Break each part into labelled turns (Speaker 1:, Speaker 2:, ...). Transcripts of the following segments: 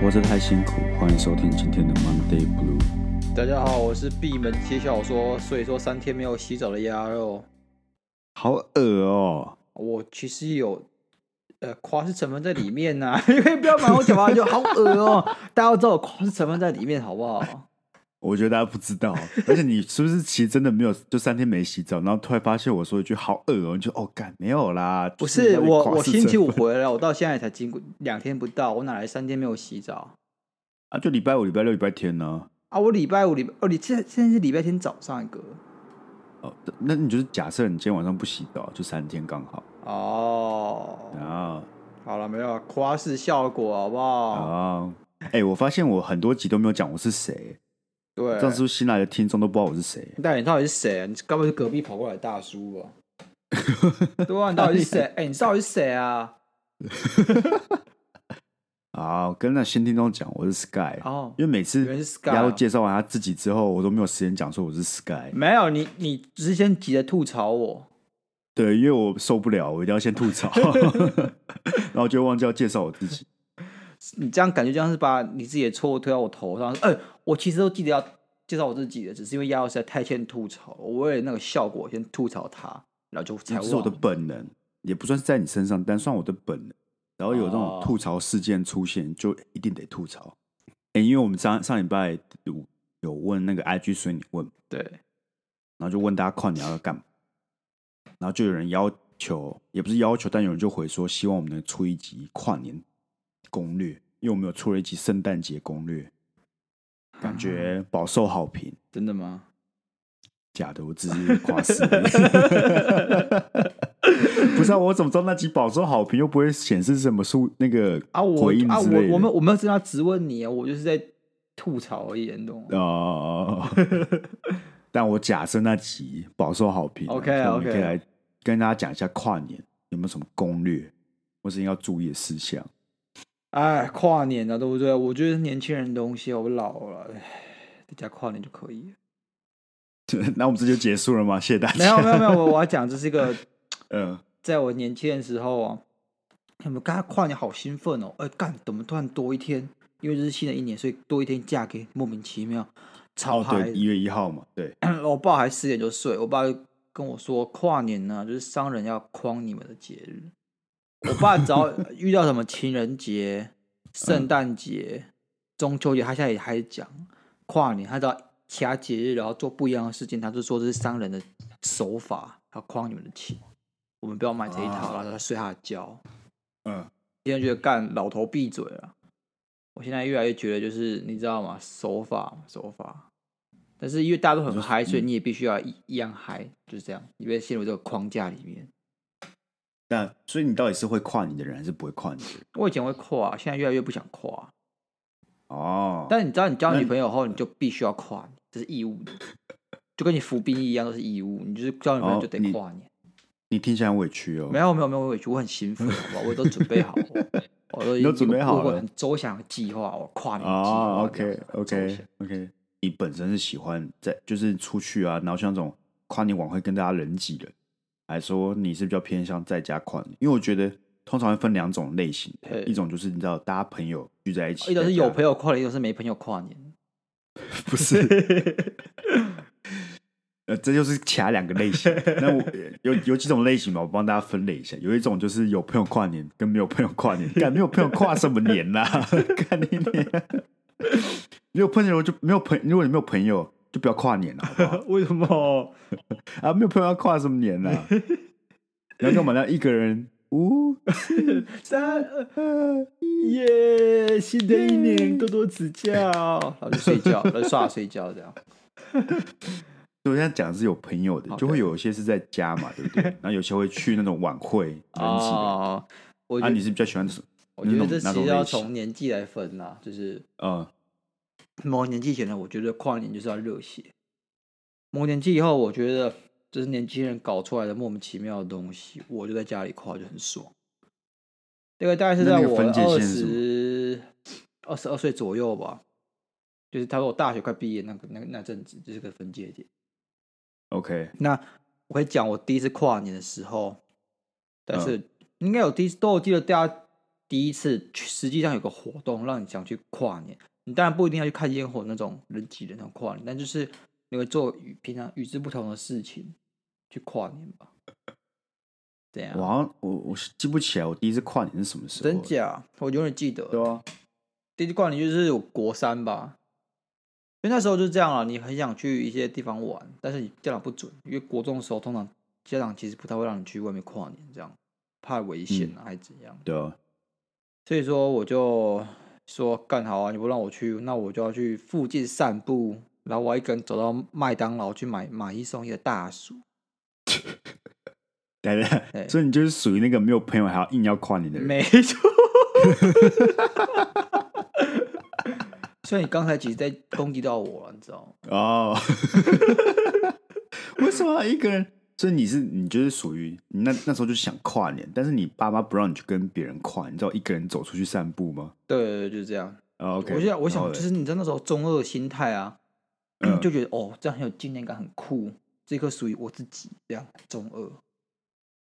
Speaker 1: 活着太辛苦，欢迎收听今天的 Monday Blue。
Speaker 2: 大家好，我是闭门写小说，所以说三天没有洗澡的鸭肉。
Speaker 1: 好恶哦、
Speaker 2: 我其实有呃夸饰成分在里面呐、 因为不要把我讲话就好恶哦、大家都知道我夸饰成分在里面，好不好？
Speaker 1: 我觉得大家不知 道，而且你是不是其实真的没有，就三天没洗澡，然后突然发现我说一句好恶哦、你就哦干没有啦。
Speaker 2: 不
Speaker 1: 就是在那边
Speaker 2: 我，
Speaker 1: 夸
Speaker 2: 我
Speaker 1: 饰
Speaker 2: 星期
Speaker 1: 成
Speaker 2: 五
Speaker 1: 分
Speaker 2: 回来，我到现在才经过两天不到，我哪来三天没有洗澡
Speaker 1: 啊，就礼拜五、礼拜六、礼拜天呢、
Speaker 2: 啊？我礼拜五、礼拜哦，你现在现在是礼拜天早上一个
Speaker 1: 哦，那你就是假设你今天晚上不洗澡，就三天刚好
Speaker 2: 哦。
Speaker 1: 啊
Speaker 2: 好了，没有啊夸饰效果，好不
Speaker 1: 啊！哎、
Speaker 2: 好？
Speaker 1: 我发现我很多集都没有讲我是谁，
Speaker 2: 对，
Speaker 1: 这样是不是新来的听众都不知道我是谁？
Speaker 2: 但你到底是谁啊？你根本是隔壁跑过来的大叔吧？ 对啊，你到底是谁？哎、你到底是谁啊？
Speaker 1: 啊，我跟那新听众讲我是 Sky，、
Speaker 2: 哦，
Speaker 1: 因为每次
Speaker 2: 原来是 Sky
Speaker 1: 然后
Speaker 2: 啊
Speaker 1: 介绍完他自己之后，我都没有时间讲说我是 Sky。
Speaker 2: 没有你，你只是先急着吐槽我。
Speaker 1: 对，因为我受不了，我一定要先吐 槽，然后就忘记要介绍我自己。
Speaker 2: 你这样感觉像是把你自己的错误推到我头上。哎、我其实都记得要介绍我自己的，只是因为亚欧实在太欠吐槽，我为了那个效果先吐槽他，然后就才
Speaker 1: 这是我
Speaker 2: 忘
Speaker 1: 的
Speaker 2: 了。
Speaker 1: 本能，也不算是在你身上，但算我的本能。然后有这种
Speaker 2: 哦
Speaker 1: 吐槽事件出现，就一定得吐槽。哎，因为我们上上礼拜有有问那个 IG 随你问，
Speaker 2: 对，
Speaker 1: 然后就问大家跨年要干嘛，然后就有人要求，也不是要求，但有人就回说希望我们能出一集跨年攻略，因为我们有出了一集圣诞节攻略，感觉
Speaker 2: 啊
Speaker 1: 饱受好评。
Speaker 2: 真的吗？
Speaker 1: 假的，我只是夸饰 而已。不是啊，我怎么知道那集饱受好评又不会显示什么数那个
Speaker 2: 啊，我
Speaker 1: 回应
Speaker 2: 啊，
Speaker 1: 之类
Speaker 2: 我
Speaker 1: 的？
Speaker 2: 我们我没有真的要质问你啊，我就是在吐槽而已，你懂吗？
Speaker 1: 哦， 但我假设那集饱受好评啊、
Speaker 2: OK，
Speaker 1: 所以我们
Speaker 2: OK
Speaker 1: 可以来跟大家讲一下跨年有没有什么攻略，或是要注意的事项。
Speaker 2: 哎，跨年了，对不对？我觉得年轻人的东西，我老了，哎在家跨年就可以了。
Speaker 1: 那我们这就结束了吗？谢谢大家。
Speaker 2: 没有没有没有，我我要讲这是一个，
Speaker 1: 嗯，
Speaker 2: 在我年轻的时候啊，你们刚跨年好兴奋哦，哎干，怎么突然多一天？因为这是新的一年，所以多一天假给莫名其妙，超
Speaker 1: 哦，
Speaker 2: 嗨
Speaker 1: 对，
Speaker 2: 的。
Speaker 1: 一月一号嘛，对，
Speaker 2: 我爸还十点就睡，我爸就跟我说，跨年呢、就是商人要诓你们的节日。我爸 只要遇到什么情人
Speaker 1: 嗯
Speaker 2: 节、圣诞节、中秋节，他现在也还讲跨年，他只要其他节日然后做不一样的事情，他就说这是商人的手法，要诓你们的钱。我们不要买这一套，
Speaker 1: 啊
Speaker 2: 然后他睡他的觉。
Speaker 1: 嗯，
Speaker 2: 现在觉得干老头闭嘴了。我现在越来越觉得就是你知道吗？手法手法，但是因为大家都很嗨，
Speaker 1: 嗯
Speaker 2: 所以你也必须要一一样嗨，就是这样，你被陷入这个框架里面。
Speaker 1: 那所以你到底是会跨年的人，还是不会跨年的人？
Speaker 2: 我以前会跨，现在越来越不想跨。
Speaker 1: 哦，
Speaker 2: 但你知道，你交
Speaker 1: 那
Speaker 2: 女
Speaker 1: 你
Speaker 2: 朋友后，你就必须要跨，这是义务的，就跟你服兵役一样，都是义务。你就是交女朋友
Speaker 1: 哦
Speaker 2: 就得
Speaker 1: 你
Speaker 2: 跨年。
Speaker 1: 你听起来很委屈哦。
Speaker 2: 没有没有没有，我委屈，我很兴奋，好不好？我都准备好了， 我都已
Speaker 1: 你都
Speaker 2: 经
Speaker 1: 准备好
Speaker 2: 我
Speaker 1: 了
Speaker 2: 很周详的计划，我跨年计划。
Speaker 1: 哦
Speaker 2: 这样
Speaker 1: ，OK
Speaker 2: 子很周
Speaker 1: OK
Speaker 2: 详
Speaker 1: OK，你本身是喜欢在就是出去啊，然后像这种跨年晚会跟大家人挤人，还说你是比较偏向在家跨年，因为我觉得通常会分两种类型的，
Speaker 2: 对
Speaker 1: 一种就是你知道大家朋友聚在一 起，
Speaker 2: 一种是
Speaker 1: 大家
Speaker 2: 有朋友跨年，一种是没朋友 跨年。
Speaker 1: 不是。 呃，这就是其他两个类型。那我有有几种类型嘛？我帮大家分类一下。有一种就是有朋友跨年，跟没有朋友跨年。 干没有朋友跨什么年 啦、干你年！ 没有朋友就没有朋，如果你没有朋友，就不要跨年了，好不好？
Speaker 2: 为什么？
Speaker 1: 啊，没有朋友要跨什么年啦、 你要干嘛呢？一个人，呜、
Speaker 2: 三二
Speaker 1: 呃
Speaker 2: 耶！新的一年多多指教，然后就睡 觉，然后就刷牙睡觉这样。
Speaker 1: 所以我现在讲的是有朋友的，
Speaker 2: OK
Speaker 1: 就会有一些是在家嘛， 对不对？然后有些会去那种晚会，人挤人。
Speaker 2: 哦，我觉
Speaker 1: 啊，
Speaker 2: 得
Speaker 1: 你是比较喜欢什么？
Speaker 2: 我觉得
Speaker 1: 那种
Speaker 2: 这
Speaker 1: 那
Speaker 2: 其
Speaker 1: 种
Speaker 2: 实要
Speaker 1: 类型
Speaker 2: 从年纪来分啦，就是
Speaker 1: 呃，
Speaker 2: 某年纪前呢，我觉得跨年就是要热血；某年纪以后，我觉得这是年轻人搞出来的莫名其妙的东西，我就在家里跨就很爽。这个大概是
Speaker 1: 那
Speaker 2: 在
Speaker 1: 那个
Speaker 2: 我
Speaker 1: 分界
Speaker 2: 二
Speaker 1: 线是什么
Speaker 2: 十二十二岁左右吧，就是他说我大学快毕业那个那个那阵子，就是个分界点。
Speaker 1: OK，
Speaker 2: 那我可以讲我第一次跨年的时候，
Speaker 1: 嗯
Speaker 2: 但是应该有第一次都有记得大家第一次去实际上有个活动让你想去跨年，你当然不一定要去看烟火那种人挤人的跨年，但就是你会做与平常与之不同的事情去跨年吧。怎样
Speaker 1: 我？好像我我是记不起来我第一次跨年是什么时候，
Speaker 2: 真？假？我永远记得。
Speaker 1: 对啊，
Speaker 2: 第一次跨年就是我国三吧，因为那时候就这样了，你很想去一些地方玩，但是你家长不准，因为国中的时候通常家长其实不太会让你去外面跨年，这样怕危险啊、还是怎样，
Speaker 1: 对啊，
Speaker 2: 所以说我就说干好啊，你不让我去，那我就要去附近散步，然后我要一个人走到麦当劳去买买一送一的大薯，
Speaker 1: 对
Speaker 2: 对
Speaker 1: 对，所以你就是属于那个没有朋友还要硬要跨年的人，
Speaker 2: 没错。 所以你刚才其实在攻击到我了，你知道吗？
Speaker 1: 哦，为什么啊要一个人？所以你是你就是属于你那那时候就想跨年，但是你爸妈不让你去跟别人跨，你知道一个人走出去散步吗？
Speaker 2: 对对对，就是这样。
Speaker 1: 啊，OK，
Speaker 2: 我想，我
Speaker 1: 然后
Speaker 2: 想，
Speaker 1: 嘞
Speaker 2: 就是你知道那时候中二心态啊，
Speaker 1: 嗯
Speaker 2: 就觉得哦，这样很有纪念感，很酷，这颗属于我自己，这样中二。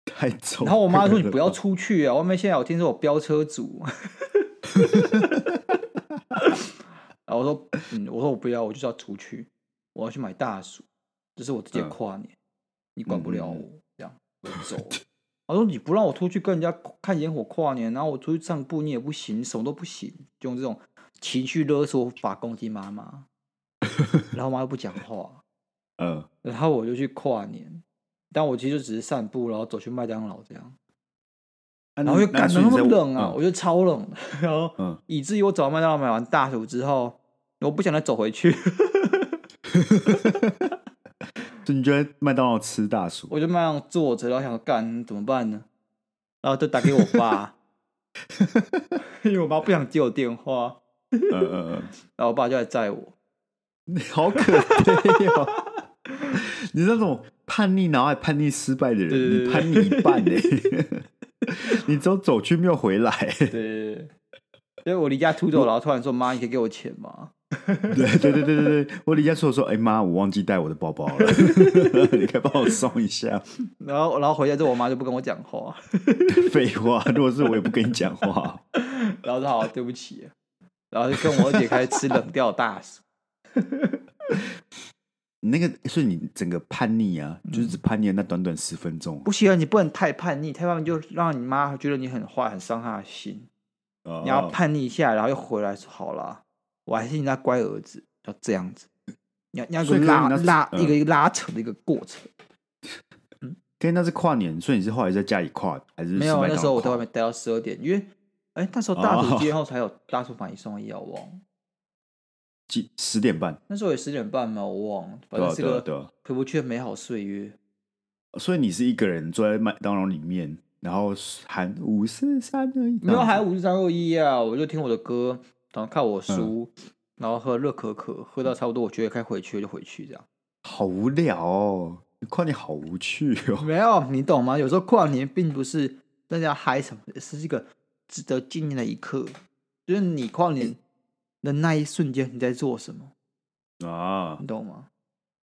Speaker 1: 太重。
Speaker 2: 然后我妈说：“你不要出去啊，外面现在有听说有飙车族。” 然后我说：“嗯，我说我不要，我就是要出去，我要去买大薯，这是我自己的
Speaker 1: 嗯
Speaker 2: 跨年，你管不了
Speaker 1: 嗯嗯
Speaker 2: 我
Speaker 1: 嗯，
Speaker 2: 这样我就走了。” 我说：“你不让我出去跟人家看烟火跨年，然后我出去散步你也不行，什么都不行，就用这种情绪勒索法攻击妈妈。”然后我妈又不讲话。
Speaker 1: 嗯，
Speaker 2: 然后我就去跨年，但我其实就只是散步，然后走去麦当劳这样，
Speaker 1: 然
Speaker 2: 然后就感觉那么冷啊，我
Speaker 1: 嗯
Speaker 2: 觉得超冷， 然后
Speaker 1: 嗯
Speaker 2: 以至于我走到麦当劳买完大薯之后，我不想再走回去，
Speaker 1: 所以你就在麦当劳吃大薯，
Speaker 2: 我就麦当劳坐着，然后想说干怎么办呢？然后就打给我爸，因为我妈不想接我电话，
Speaker 1: 嗯嗯
Speaker 2: 然后我爸就来载我，
Speaker 1: 嗯，好可悲哦！ 你那种叛逆，然后还叛逆失败的人，
Speaker 2: 对对对
Speaker 1: 你叛逆一半呢、 你只有走去没有回来、
Speaker 2: 对，因为我离家出走，然后突然说妈，你可以给我钱吗？
Speaker 1: 对对对对对对，我离家出走说，哎、妈，我忘记带我的包包了， 你可以帮我送一下。
Speaker 2: 然后然后回家之后，我妈就不跟我讲话，
Speaker 1: 废话，如果是我也不跟你讲话。
Speaker 2: 然后说好对不起，然后就跟我二姐开始吃冷掉大薯。
Speaker 1: 你那个，所以你整个叛逆啊，就是只叛逆了那短短十分钟，
Speaker 2: 不行啊，你不能太叛逆，太叛逆就让你妈觉得你很坏，很伤她的心。
Speaker 1: 哦
Speaker 2: 你要叛逆一下，然后又回来说好啦，我还是你那乖儿子，要这样子。你要你要有
Speaker 1: 所以
Speaker 2: 个
Speaker 1: 可能你
Speaker 2: 拉
Speaker 1: 那是
Speaker 2: 拉
Speaker 1: 嗯
Speaker 2: 一个拉扯的一个过程。
Speaker 1: 跟那是跨年，所以你是后来在家里跨，还是
Speaker 2: 没有，
Speaker 1: 是麦当劳
Speaker 2: 那时候我在
Speaker 1: 跨
Speaker 2: 外面待到十二点，因为哎那时候大暑
Speaker 1: 哦
Speaker 2: 节后才有大暑买一送一啊，我忘了。
Speaker 1: 几十点半，
Speaker 2: 那时候也十点半嘛，我忘了，反
Speaker 1: 对啊
Speaker 2: 正是
Speaker 1: 对啊对
Speaker 2: 个
Speaker 1: 啊，
Speaker 2: 回不去的美好岁月。
Speaker 1: 所以你是一个人坐在麦当劳里面，然后喊五四三二一，
Speaker 2: 没有
Speaker 1: 这样子
Speaker 2: 喊五四三二一啊，我就听我的歌，然后看我书，
Speaker 1: 嗯
Speaker 2: 然后喝热可可，喝到差不多，我觉得该回去了就回去这样。
Speaker 1: 好无聊哦，你跨年好无趣哦，
Speaker 2: 没有，你懂吗？有时候跨年并不是大家嗨什么的，是一个值得纪念的一刻。就是你跨年的那一瞬间，你在做什么？
Speaker 1: 啊
Speaker 2: 你懂吗？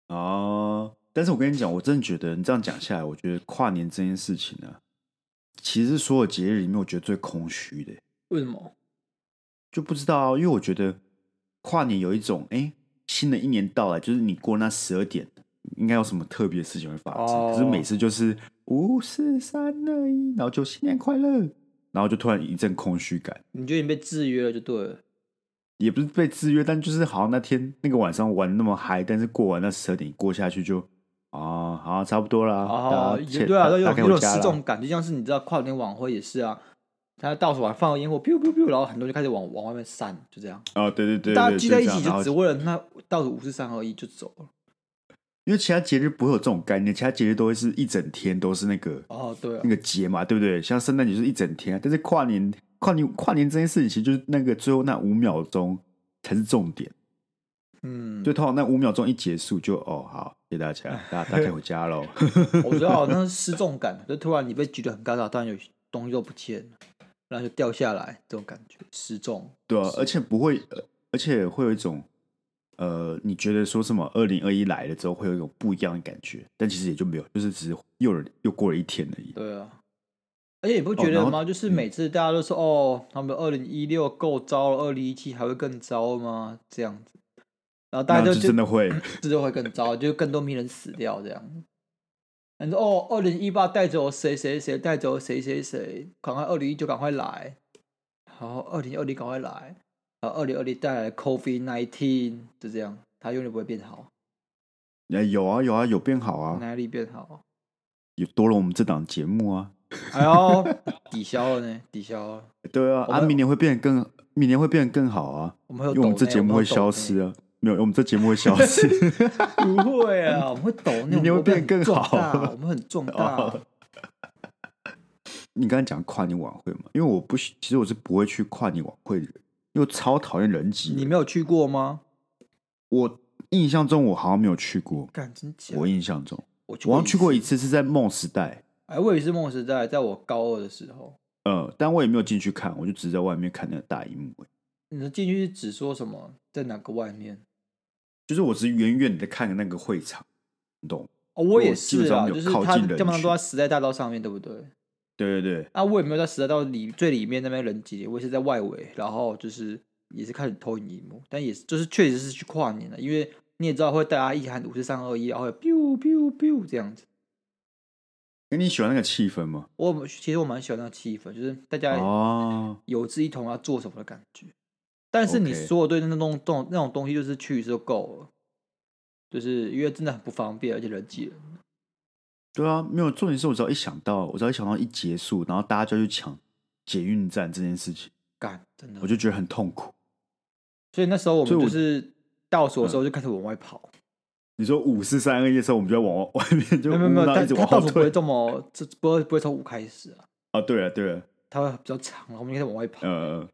Speaker 1: 啊！但是我跟你讲，我真的觉得你这样讲下来，我觉得跨年这件事情呢、啊，其实是所有节日里面，我觉得最空虚的，
Speaker 2: 为什么？
Speaker 1: 就不知道啊、因为我觉得跨年有一种哎、诶新的一年到来，就是你过那十二点，应该有什么特别的事情会发生。
Speaker 2: 哦
Speaker 1: 可是每次就是五四三二一，然后就新年快乐，然后就突然一阵空虚感，
Speaker 2: 你觉得你被制约了就对了。
Speaker 1: 也不是被制约，但就是好像那天那个晚上玩那么嗨，但是过完那十二点过下去就啊，好差不多啦，
Speaker 2: 哦，
Speaker 1: 大
Speaker 2: 也
Speaker 1: 家切
Speaker 2: 对啊，
Speaker 1: 大
Speaker 2: 有
Speaker 1: 大
Speaker 2: 种
Speaker 1: 概
Speaker 2: 有
Speaker 1: 回
Speaker 2: 种
Speaker 1: 家
Speaker 2: 失
Speaker 1: 啦
Speaker 2: 重感，就像是你知道跨年晚会也是啊，他倒数完放个烟火，biu biu biu，然后很多人就开始往往外面散，就这样。
Speaker 1: 哦，对对对，
Speaker 2: 大家
Speaker 1: 对
Speaker 2: 聚在一起
Speaker 1: 这样然
Speaker 2: 就
Speaker 1: 后
Speaker 2: 只为了那倒数五四三二一就走了。
Speaker 1: 因为其他节日不会有这种概念，其他节日都会是一整天都是那个
Speaker 2: 哦，对啊
Speaker 1: 那，个节嘛，对不对？像圣诞节就是一整天啊，但是跨年跨年跨年这件事情，其实就是那个最后那五秒钟才是重点。
Speaker 2: 嗯，
Speaker 1: 就通常那五秒钟一结束就，哦好，谢谢大家，大家大家回家 喽。
Speaker 2: 我知道那是失重感，就突然你被举得很高大，突然有东西都不见了，然后就掉下来，这种感觉失重。
Speaker 1: 对啊，而且不会，呃而且会有一种呃，你觉得说什么？二零二一来了之后会有一种不一样的感觉，但其实也就没有，就是只是又有又过了一天而已。
Speaker 2: 对啊，而且你不觉
Speaker 1: 然
Speaker 2: 得
Speaker 1: 后
Speaker 2: 吗？就是每次大家都说哦，他们二零一六够糟了，二零一七还会更糟吗？这样子，然后大
Speaker 1: 那
Speaker 2: 家就
Speaker 1: 就真
Speaker 2: 就
Speaker 1: 的 会，
Speaker 2: 这就会更糟，就更多名人死掉这样。你说哦，二零一八带走谁谁谁，带走谁谁谁，赶快二零一九赶快来，然后二零二零赶快来，然后二零二零带来 COVID nineteen，就这样，它永远不会变好，
Speaker 1: 哎有啊有啊有变好啊，
Speaker 2: 哪里变好？
Speaker 1: 有多了我们这档节目啊。
Speaker 2: 哎呦，抵消了呢，抵消了，
Speaker 1: 对啊，
Speaker 2: 我
Speaker 1: 啊，
Speaker 2: 们
Speaker 1: 明年会变得更，明年会变得更好啊，
Speaker 2: 我们会有
Speaker 1: 因为我们
Speaker 2: 抖
Speaker 1: 这
Speaker 2: 内
Speaker 1: 节目会
Speaker 2: 有抖
Speaker 1: 消
Speaker 2: 内
Speaker 1: 失啊。没有，我们这节目会消失。
Speaker 2: 不会啊，我们会抖那
Speaker 1: 明年会
Speaker 2: 种，我们很
Speaker 1: 变更
Speaker 2: 壮
Speaker 1: 好
Speaker 2: 大我们很 壮大
Speaker 1: 哦。你刚才讲跨年晚会嘛，因为我不喜，其实我是不会去跨年晚会的人，因为我超讨厌人挤。
Speaker 2: 你没有去过吗？
Speaker 1: 我印象中我好像没有去过，
Speaker 2: 干，真假？
Speaker 1: 我印象中
Speaker 2: 我去
Speaker 1: 我
Speaker 2: 过
Speaker 1: 好
Speaker 2: 一
Speaker 1: 像去过
Speaker 2: 次
Speaker 1: 一次，是在梦时代，
Speaker 2: 哎，我也是梦时代，在我高二的时候，
Speaker 1: 呃，但我也没有进去看，我就只是在外面看那个大荧幕而已，
Speaker 2: 你的进去是指说什么？在哪个外面？
Speaker 1: 就是我只是远远的看着那个会场，你懂？
Speaker 2: 哦，我也
Speaker 1: 我基本
Speaker 2: 是
Speaker 1: 上
Speaker 2: 啊，
Speaker 1: 没有
Speaker 2: 就是
Speaker 1: 靠
Speaker 2: 他
Speaker 1: 近人
Speaker 2: 基本上都在
Speaker 1: 群
Speaker 2: 时代大道上面，对不对？
Speaker 1: 对对对，
Speaker 2: 啊，我也没有在时代大道里最里面那边人挤，我也是在外围，然后就是也是开始投影荧幕，但也是就是确实是去跨年了，因为你也知道会大家一起喊五四三二一，然后 biu biu biu 这样子。
Speaker 1: 那你喜欢那个气氛吗？
Speaker 2: 我蛮其实我蛮喜欢那个气氛，就是大家
Speaker 1: 哦，
Speaker 2: 有志一同要做什么的感觉。但是你
Speaker 1: OK
Speaker 2: 所有对那种那种那种东西，就是去一次就够了，就是因为真的很不方便，而且人挤人。
Speaker 1: 对啊，没有重点是我只要一想到，我只要一想到一结束，然后大家就要去抢捷运站这件事情，
Speaker 2: 干，真的
Speaker 1: 我。就觉得很痛苦。
Speaker 2: 所以那时候我
Speaker 1: 所
Speaker 2: 们
Speaker 1: 以我
Speaker 2: 就
Speaker 1: 嗯
Speaker 2: 是倒数的时候就开始往外跑，
Speaker 1: 你说五四三二一的时候，我们就要往外面 就
Speaker 2: 没有没有没有，
Speaker 1: 然后
Speaker 2: 但
Speaker 1: 一直
Speaker 2: 他
Speaker 1: 往
Speaker 2: 倒
Speaker 1: 后
Speaker 2: 数不会
Speaker 1: 退。
Speaker 2: 这么，这不会不会从五开始啊，
Speaker 1: 啊，对了对了，
Speaker 2: 它会比较长，然后我们就开始往外跑。
Speaker 1: 呃，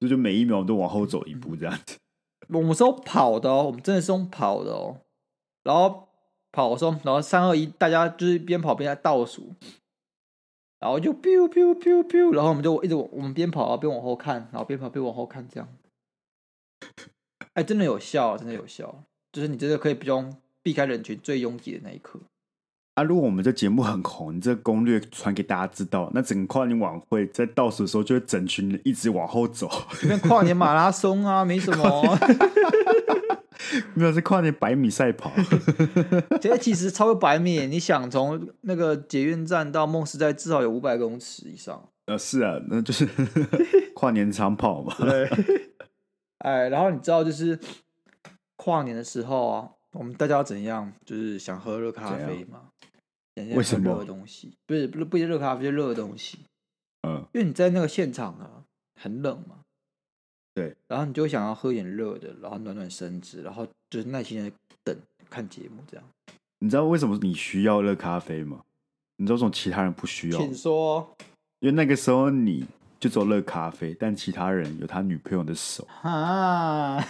Speaker 1: 就就每一秒我们都往后走一步这样子。
Speaker 2: 我们是用跑的哦，我们真的是用跑的哦。然后跑的时候，然后三二一，大家就是边跑边在倒数，然后就 biu biu biu biu，然后我们就一直往我们边跑啊边往后看，然后边跑边往后看这样。哎，真的有效，真的有效，就是你真的可以不用避开人群最拥挤的那一刻。
Speaker 1: 啊，如果我们这节目很红，你这个攻略传给大家知道，那整个跨年晚会在倒数的时候，就会整群人一直往后走，
Speaker 2: 随便跨年马拉松啊，没什么。
Speaker 1: 没有是跨年百米赛跑。
Speaker 2: 其实其实超过百米，你想从那个捷运站到梦时代至少有五百公尺以上。
Speaker 1: 呃，是啊，那就是 跨年长跑嘛。
Speaker 2: 对， 哎，然后你知道就是跨年的时候啊，我们大家要怎样？就是想喝热咖
Speaker 1: 怎
Speaker 2: 啡
Speaker 1: 样
Speaker 2: 嘛，想要
Speaker 1: 为
Speaker 2: 喝
Speaker 1: 什
Speaker 2: 热
Speaker 1: 么
Speaker 2: 的东西？不是不是不是热咖啡，就热的东西。
Speaker 1: 嗯，
Speaker 2: 因为你在那个现场啊，很冷嘛。
Speaker 1: 对。
Speaker 2: 然后你就会想要喝点热的，然后暖暖身子，然后就是耐心的等看节目这样。
Speaker 1: 你知道为什么你需要热咖啡吗？你知道为什么其他人不需要吗？
Speaker 2: 请说。哦
Speaker 1: 因为那个时候你就只有热咖啡，但其他人有他女朋友的手。
Speaker 2: 啊，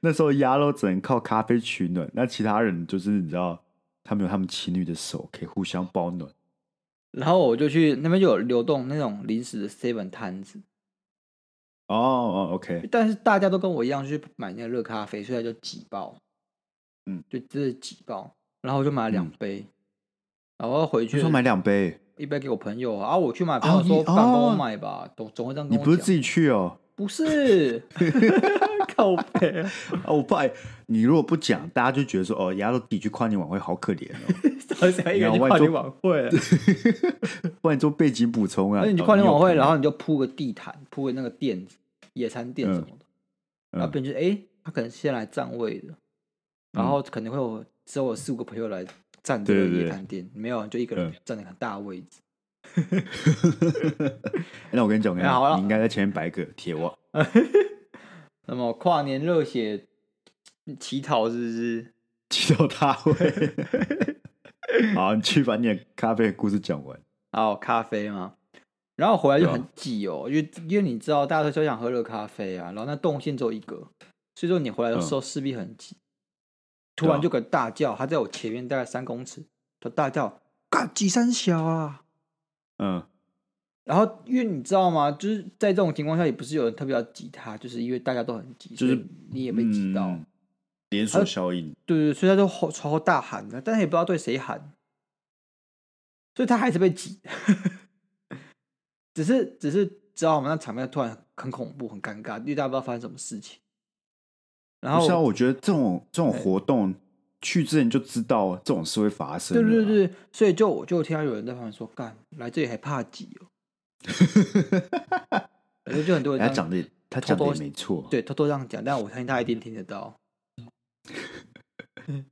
Speaker 1: 那时候鸭肉只能靠咖啡取暖，那其他人就是你知道，他们有他们情侣的手可以互相保暖。
Speaker 2: 然后我就去那边就有流动那种临时的 seven 摊子，
Speaker 1: 哦哦，OK，
Speaker 2: 但是大家都跟我一样去买那个热咖啡，所以就挤爆，
Speaker 1: 嗯，
Speaker 2: 就真的挤爆。然后我就买了两
Speaker 1: 嗯
Speaker 2: 杯，然后回
Speaker 1: 就
Speaker 2: 去
Speaker 1: 说买两杯，
Speaker 2: 一杯给我朋友啊，啊我去买，朋
Speaker 1: 哦
Speaker 2: 友说
Speaker 1: 你
Speaker 2: 帮我
Speaker 1: 哦
Speaker 2: 买吧，总总会这样
Speaker 1: 你
Speaker 2: 跟我
Speaker 1: 不是自
Speaker 2: 己
Speaker 1: 己去哦？
Speaker 2: 不是 靠背啊，
Speaker 1: 啊，我怕你如果不讲，大家就觉得说哦，鸭肉自己去跨年晚会好可怜哦，
Speaker 2: 到底要一个人
Speaker 1: 你看
Speaker 2: 去跨
Speaker 1: 外
Speaker 2: 年
Speaker 1: 桌
Speaker 2: 晚会啊，
Speaker 1: 不然你做背景补充啊。
Speaker 2: 而且你去跨年晚会，然
Speaker 1: 后
Speaker 2: 后你就铺个地毯，铺个那个垫子，野餐垫
Speaker 1: 嗯
Speaker 2: 什么的。那别人就哎、诶他可能先来占位的，然
Speaker 1: 嗯
Speaker 2: 后可能会有只有四五个朋友来占这个
Speaker 1: 对对
Speaker 2: 野
Speaker 1: 对
Speaker 2: 餐垫，没有就一个人
Speaker 1: 嗯
Speaker 2: 占了很大位置。
Speaker 1: 那我跟你讲，我跟你
Speaker 2: 哎好了
Speaker 1: 讲，你应该在前面摆一个铁网。
Speaker 2: 那么跨年热血乞讨是不是？
Speaker 1: 祈祷大会。 好，你去把你的咖啡的故事讲完。
Speaker 2: 还有咖啡嘛，然后回来就
Speaker 1: 对啊
Speaker 2: 很挤哦，因为因为你知道大家都想喝热咖啡啊，然后那动线只有一个，所以说你回来的时候势必很挤。突然
Speaker 1: 嗯对啊
Speaker 2: 就个大叫，他在我前面大概三公尺，他大叫：“干挤三小啊！”
Speaker 1: 嗯，
Speaker 2: 然后因为你知道吗？就是在这种情况下，也不是有人特别要挤他，就是因为大家都很急，
Speaker 1: 就是
Speaker 2: 所以你也被挤到。啊
Speaker 1: 嗯连锁效应，
Speaker 2: 对对，对所以他就吼朝后大喊的，但是也不知道对谁喊，所以他还是被挤， 只是只是知道吗？那场面突然很恐怖，很尴尬，因为大家不知道发生什么事情。然
Speaker 1: 不是啊？
Speaker 2: 后，
Speaker 1: 我觉得这种这种
Speaker 2: 对
Speaker 1: 活动去之前就知道这种事会发生
Speaker 2: 对
Speaker 1: 的啊，
Speaker 2: 对对，对所以就我就听到有人在旁边说：“干，来这里还怕挤哦。”我觉得就很多人
Speaker 1: 他
Speaker 2: 这样
Speaker 1: 讲的也他讲的
Speaker 2: 偷
Speaker 1: 也
Speaker 2: 偷
Speaker 1: 没错，
Speaker 2: 对偷偷这样讲，但我相信他一定听得到。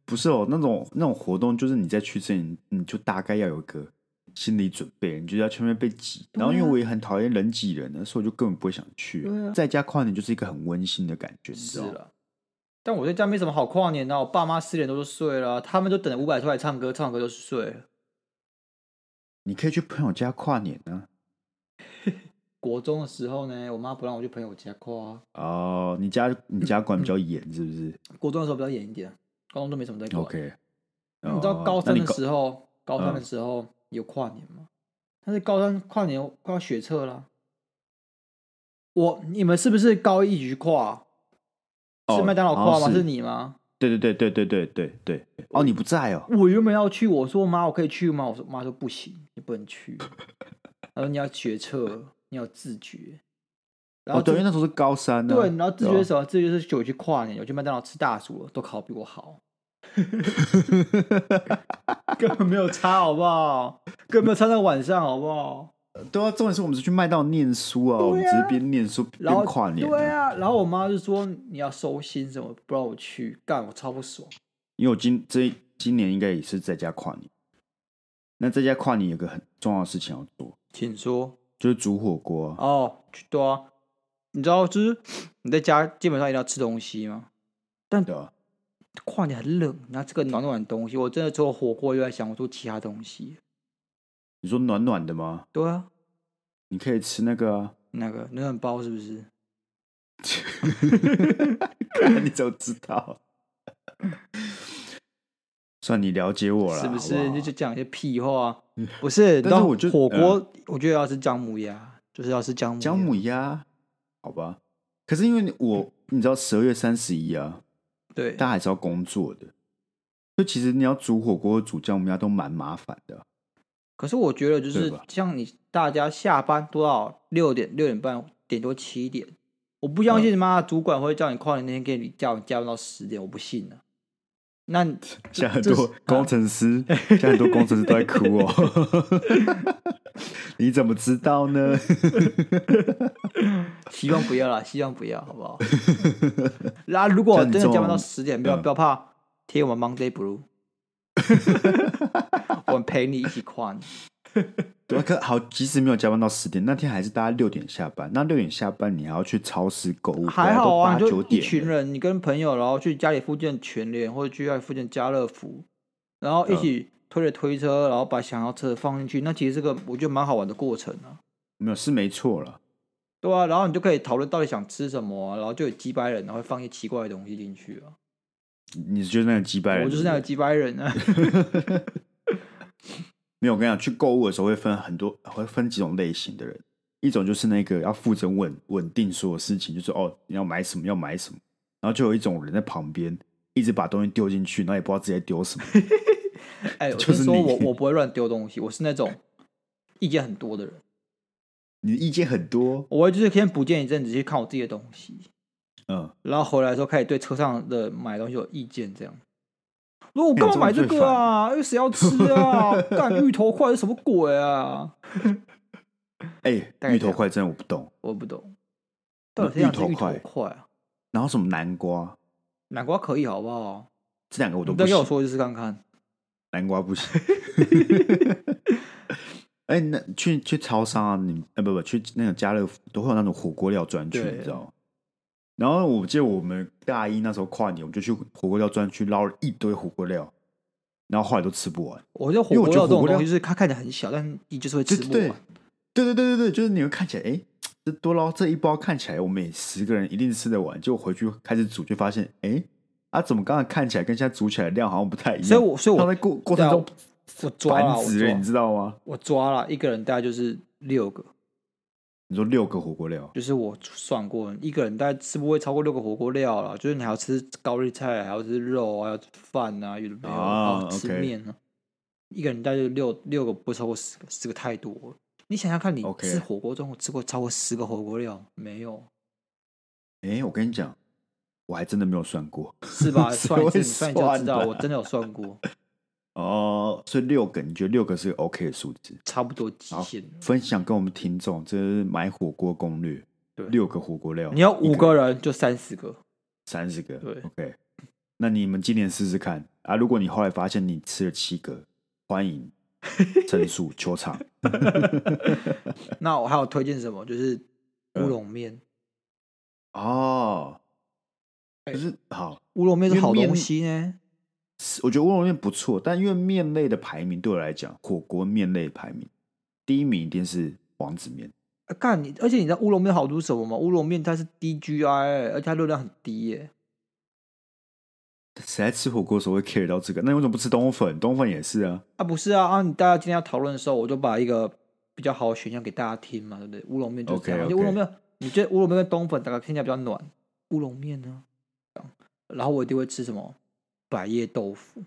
Speaker 1: 不是哦，那种那种活动，就是你在去之前，你就大概要有一个心理准备，你就要前面被挤。
Speaker 2: 对啊
Speaker 1: 然后因为我也很讨厌人挤人啊的，所以我就根本不会想去、
Speaker 2: 对啊
Speaker 1: 在家跨年就是一个很温馨的感觉，你知
Speaker 2: 是啊
Speaker 1: 道吗？
Speaker 2: 了，但我在家没什么好跨年的啊，我爸妈十点多就睡了啊，他们就等着五百出来唱歌，唱完歌就睡了。
Speaker 1: 你可以去朋友家跨年啊。
Speaker 2: 国中的时候呢，我妈不让我去朋友家跨啊。
Speaker 1: 哦，你家你家管比较严，是不是
Speaker 2: 国中的时候比较严一点，高中都没什么在跨。
Speaker 1: ？OK。哦
Speaker 2: 你知道高
Speaker 1: 那
Speaker 2: 三
Speaker 1: 你
Speaker 2: 的
Speaker 1: 高
Speaker 2: 时候，高三的
Speaker 1: 嗯
Speaker 2: 时候有跨年吗？但是高三跨年快要学测了啊。我你们是不是高一一起去跨？
Speaker 1: 哦
Speaker 2: 是麦当劳跨
Speaker 1: 哦
Speaker 2: 吗？
Speaker 1: 是
Speaker 2: 是你吗？
Speaker 1: 对对对对对对对对。哦，你不在哦。
Speaker 2: 我原本要去，我说妈，我可以去吗？我说妈说不行，你不能去。她说你要学测，你要自觉。然
Speaker 1: 哦，
Speaker 2: 后
Speaker 1: 对，
Speaker 2: 自
Speaker 1: 因为那时候是高三呢、
Speaker 2: 对，然后自觉
Speaker 1: 对
Speaker 2: 是
Speaker 1: 啊
Speaker 2: 什么？自觉是就我去跨年，我去麦当劳吃大薯了，都烤比我好，根本没有差，好不好？根本没有差到晚上，好不好？
Speaker 1: 对啊，重点是我们是去麦当劳念书啊，
Speaker 2: 对啊
Speaker 1: 我们只是边念书
Speaker 2: 然后
Speaker 1: 边跨年、
Speaker 2: 对啊，然后我妈就说你要收心什么，不让我去干，我超不爽。
Speaker 1: 因为我今这今年应该也是在家跨年。那在家跨年有个很重要的事情要做，
Speaker 2: 请说
Speaker 1: 就是煮火锅啊、
Speaker 2: 哦，去对啊，你知道就是你在家基本上一定要吃东西吗？
Speaker 1: 对啊吧？
Speaker 2: 跨年很冷，然后这个暖暖的东西，我真的除了火锅以外，想不出其他东西。
Speaker 1: 你说暖暖的吗？
Speaker 2: 对啊，
Speaker 1: 你可以吃那个、啊，
Speaker 2: 那个暖暖包是不是？
Speaker 1: 看你就知道。 算你了解我了，
Speaker 2: 是不是？
Speaker 1: 好不好嗯
Speaker 2: 你就讲一些屁话，不是？
Speaker 1: 但是
Speaker 2: 然后
Speaker 1: 我就
Speaker 2: 火锅，
Speaker 1: 嗯
Speaker 2: 我觉得要吃姜母鸭，就是要吃姜母
Speaker 1: 姜母鸭？好吧，可是因为我你知道十二月三十一啊，
Speaker 2: 对
Speaker 1: 大家还是要工作的，就其实你要煮火锅、煮姜母鸭都蛮麻烦的 啊。
Speaker 2: 可是我觉得就
Speaker 1: 对
Speaker 2: 是
Speaker 1: 吧
Speaker 2: 像你大家下班多少六点六点半点多七点，我不相信妈主管会叫你跨年那天给你叫你加班到十点，我不信的。那
Speaker 1: 现在很
Speaker 2: 这
Speaker 1: 多
Speaker 2: 是哎
Speaker 1: 工程师，现在很多工程师都在哭 哦。你怎么知道呢？
Speaker 2: 希望不要啦，希望不要，好 不好？那如果真的加班到十点，不要
Speaker 1: 嗯
Speaker 2: 不要怕，贴我们 Monday Blue，我们陪你一起跨年。
Speaker 1: 对啊，可好，即使没有加班到十点，那天还是大家六点下班。那六点下班，你还要去超市购物，
Speaker 2: 还好啊，
Speaker 1: 大
Speaker 2: 你
Speaker 1: 家都
Speaker 2: 就
Speaker 1: 八九
Speaker 2: 一
Speaker 1: 点
Speaker 2: 群
Speaker 1: 了。
Speaker 2: 人，你跟朋友，然后去家里附近的全联或者去家里附近的家乐福，然
Speaker 1: 嗯
Speaker 2: 后一起推着推车，然后把想要吃的放进去，那其实是个我觉得蛮好玩的过程啊。
Speaker 1: 没有是没错了。
Speaker 2: 对啊，然后你就可以讨论到底想吃什么啊、然后就有鸡掰人，然后会放一些奇怪的东西进去啊。
Speaker 1: 你就是那个击败人，
Speaker 2: 我就是那
Speaker 1: 对
Speaker 2: 个
Speaker 1: 不对
Speaker 2: 鸡掰人 啊。
Speaker 1: 没有。我跟你讲，去购物的时候会分很多，会分几种类型的人。一种就是那个要负责稳稳定所有事情，就是哦你要买什么要买什么，然后就有一种人在旁边一直把东西丢进去，然后也不知道自己在丢什么。
Speaker 2: 哎，我
Speaker 1: 就是
Speaker 2: 是说
Speaker 1: 你
Speaker 2: 我我不会乱丢东西，我是那种意见很多的人，
Speaker 1: 你的意见很多，
Speaker 2: 我会就是先不见一阵子去看我自己的东西，
Speaker 1: 嗯，
Speaker 2: 然后回来之后开始对车上的买东西有意见，这样。如果我
Speaker 1: 哎
Speaker 2: 干嘛
Speaker 1: 这
Speaker 2: 买
Speaker 1: 个
Speaker 2: 这
Speaker 1: 最
Speaker 2: 个啊？因为谁要吃啊？干芋头块是什么鬼啊？
Speaker 1: 哎、
Speaker 2: 大概
Speaker 1: 芋
Speaker 2: 这
Speaker 1: 头
Speaker 2: 样
Speaker 1: 块真的我不懂，
Speaker 2: 我不懂，到底
Speaker 1: 那
Speaker 2: 谁
Speaker 1: 芋
Speaker 2: 想吃
Speaker 1: 头
Speaker 2: 芋头
Speaker 1: 块
Speaker 2: 块啊？
Speaker 1: 然后什么南瓜，
Speaker 2: 南瓜可以好不好？
Speaker 1: 这两个我都
Speaker 2: 你
Speaker 1: 不
Speaker 2: 再跟我
Speaker 1: 行，
Speaker 2: 说一次看看。
Speaker 1: 南瓜 不行。哎、那去去超商啊，你呃不不去那个家乐福都会有那种火锅料专区，
Speaker 2: 对
Speaker 1: 你知道吗？然后我记得我们大一那时候跨年，我们就去火锅料专区捞了一堆火锅料，然后后来都吃不完。
Speaker 2: 我觉得火
Speaker 1: 因为我
Speaker 2: 锅
Speaker 1: 觉
Speaker 2: 料
Speaker 1: 得
Speaker 2: 这种
Speaker 1: 火锅料
Speaker 2: 东西，就是它看起来很小，但你就是会
Speaker 1: 对
Speaker 2: 吃
Speaker 1: 对
Speaker 2: 不
Speaker 1: 对
Speaker 2: 完。
Speaker 1: 对对对对对，就是你会看起来，哎，这多捞这一包看起来我们也十个人一定吃得完，结果回去开始煮，就发现，哎，啊，怎么刚才看起来跟现在煮起来的量好像不太一样？
Speaker 2: 所以我所以
Speaker 1: 他
Speaker 2: 我
Speaker 1: 在过过程中
Speaker 2: 对啊我抓了，
Speaker 1: 繁
Speaker 2: 我
Speaker 1: 殖了，你
Speaker 2: 抓，
Speaker 1: 知道吗？
Speaker 2: 我抓了一个人大概就是六个，
Speaker 1: 你说六个火锅料，
Speaker 2: 就是我算过，一个人大概吃不会超过六个火锅料啦，就是你还要吃高丽菜，还要吃肉啊，还要吃饭啊，有的没有，
Speaker 1: 啊
Speaker 2: 还要吃
Speaker 1: OK
Speaker 2: 面啊。一个人大概就六六个，不会超过十个，十个太多了。你想想看，你
Speaker 1: OK
Speaker 2: 吃火锅中午吃过超过十个火锅料没有？
Speaker 1: 哎，我跟你讲，我还真的没有算过
Speaker 2: 是吧？
Speaker 1: 谁
Speaker 2: 算一次，
Speaker 1: 会
Speaker 2: 你算一下
Speaker 1: 算
Speaker 2: 知道，
Speaker 1: 啊
Speaker 2: 我真的有算过，
Speaker 1: 哦。所以六个，你觉得六个是个 OK 的数字？
Speaker 2: 差不多极
Speaker 1: 好
Speaker 2: 限。
Speaker 1: 分享跟我们听众，这是买火锅攻略，
Speaker 2: 对
Speaker 1: 六个火锅料，
Speaker 2: 你要五
Speaker 1: 一人
Speaker 2: 个人就三十个，
Speaker 1: 三十个，
Speaker 2: 对
Speaker 1: ，OK。那你们今年试试看啊！如果你后来发现你吃了七个，欢迎 申诉球场。
Speaker 2: 那我还有推荐什么？就是
Speaker 1: 嗯
Speaker 2: 乌龙面，
Speaker 1: 哦，
Speaker 2: 哎
Speaker 1: 可是好，
Speaker 2: 乌龙面是
Speaker 1: 因为
Speaker 2: 好
Speaker 1: 面
Speaker 2: 东西呢。
Speaker 1: 是我觉得乌龙面不错，但因为面类的排名对我来讲，火锅面类排名第一名一定是王子面。
Speaker 2: 啊干你，而且你知道乌龙面好处是什么吗？乌龙面它是低 GI，、欸、而且它热量很低耶、
Speaker 1: 谁在吃火锅的时候会 care 到这个？那你为什么不吃冬粉？冬粉也是啊。
Speaker 2: 啊，不是啊啊！你大家今天要讨论的时候，我就把一个比较好的选项给大家听嘛，对不对？乌龙面就是这样，而
Speaker 1: OK，OK
Speaker 2: 且乌龙面，你觉得乌龙面跟冬粉大概偏起来比较暖，乌龙面呢？这样然后我一定会吃什么百叶豆腐，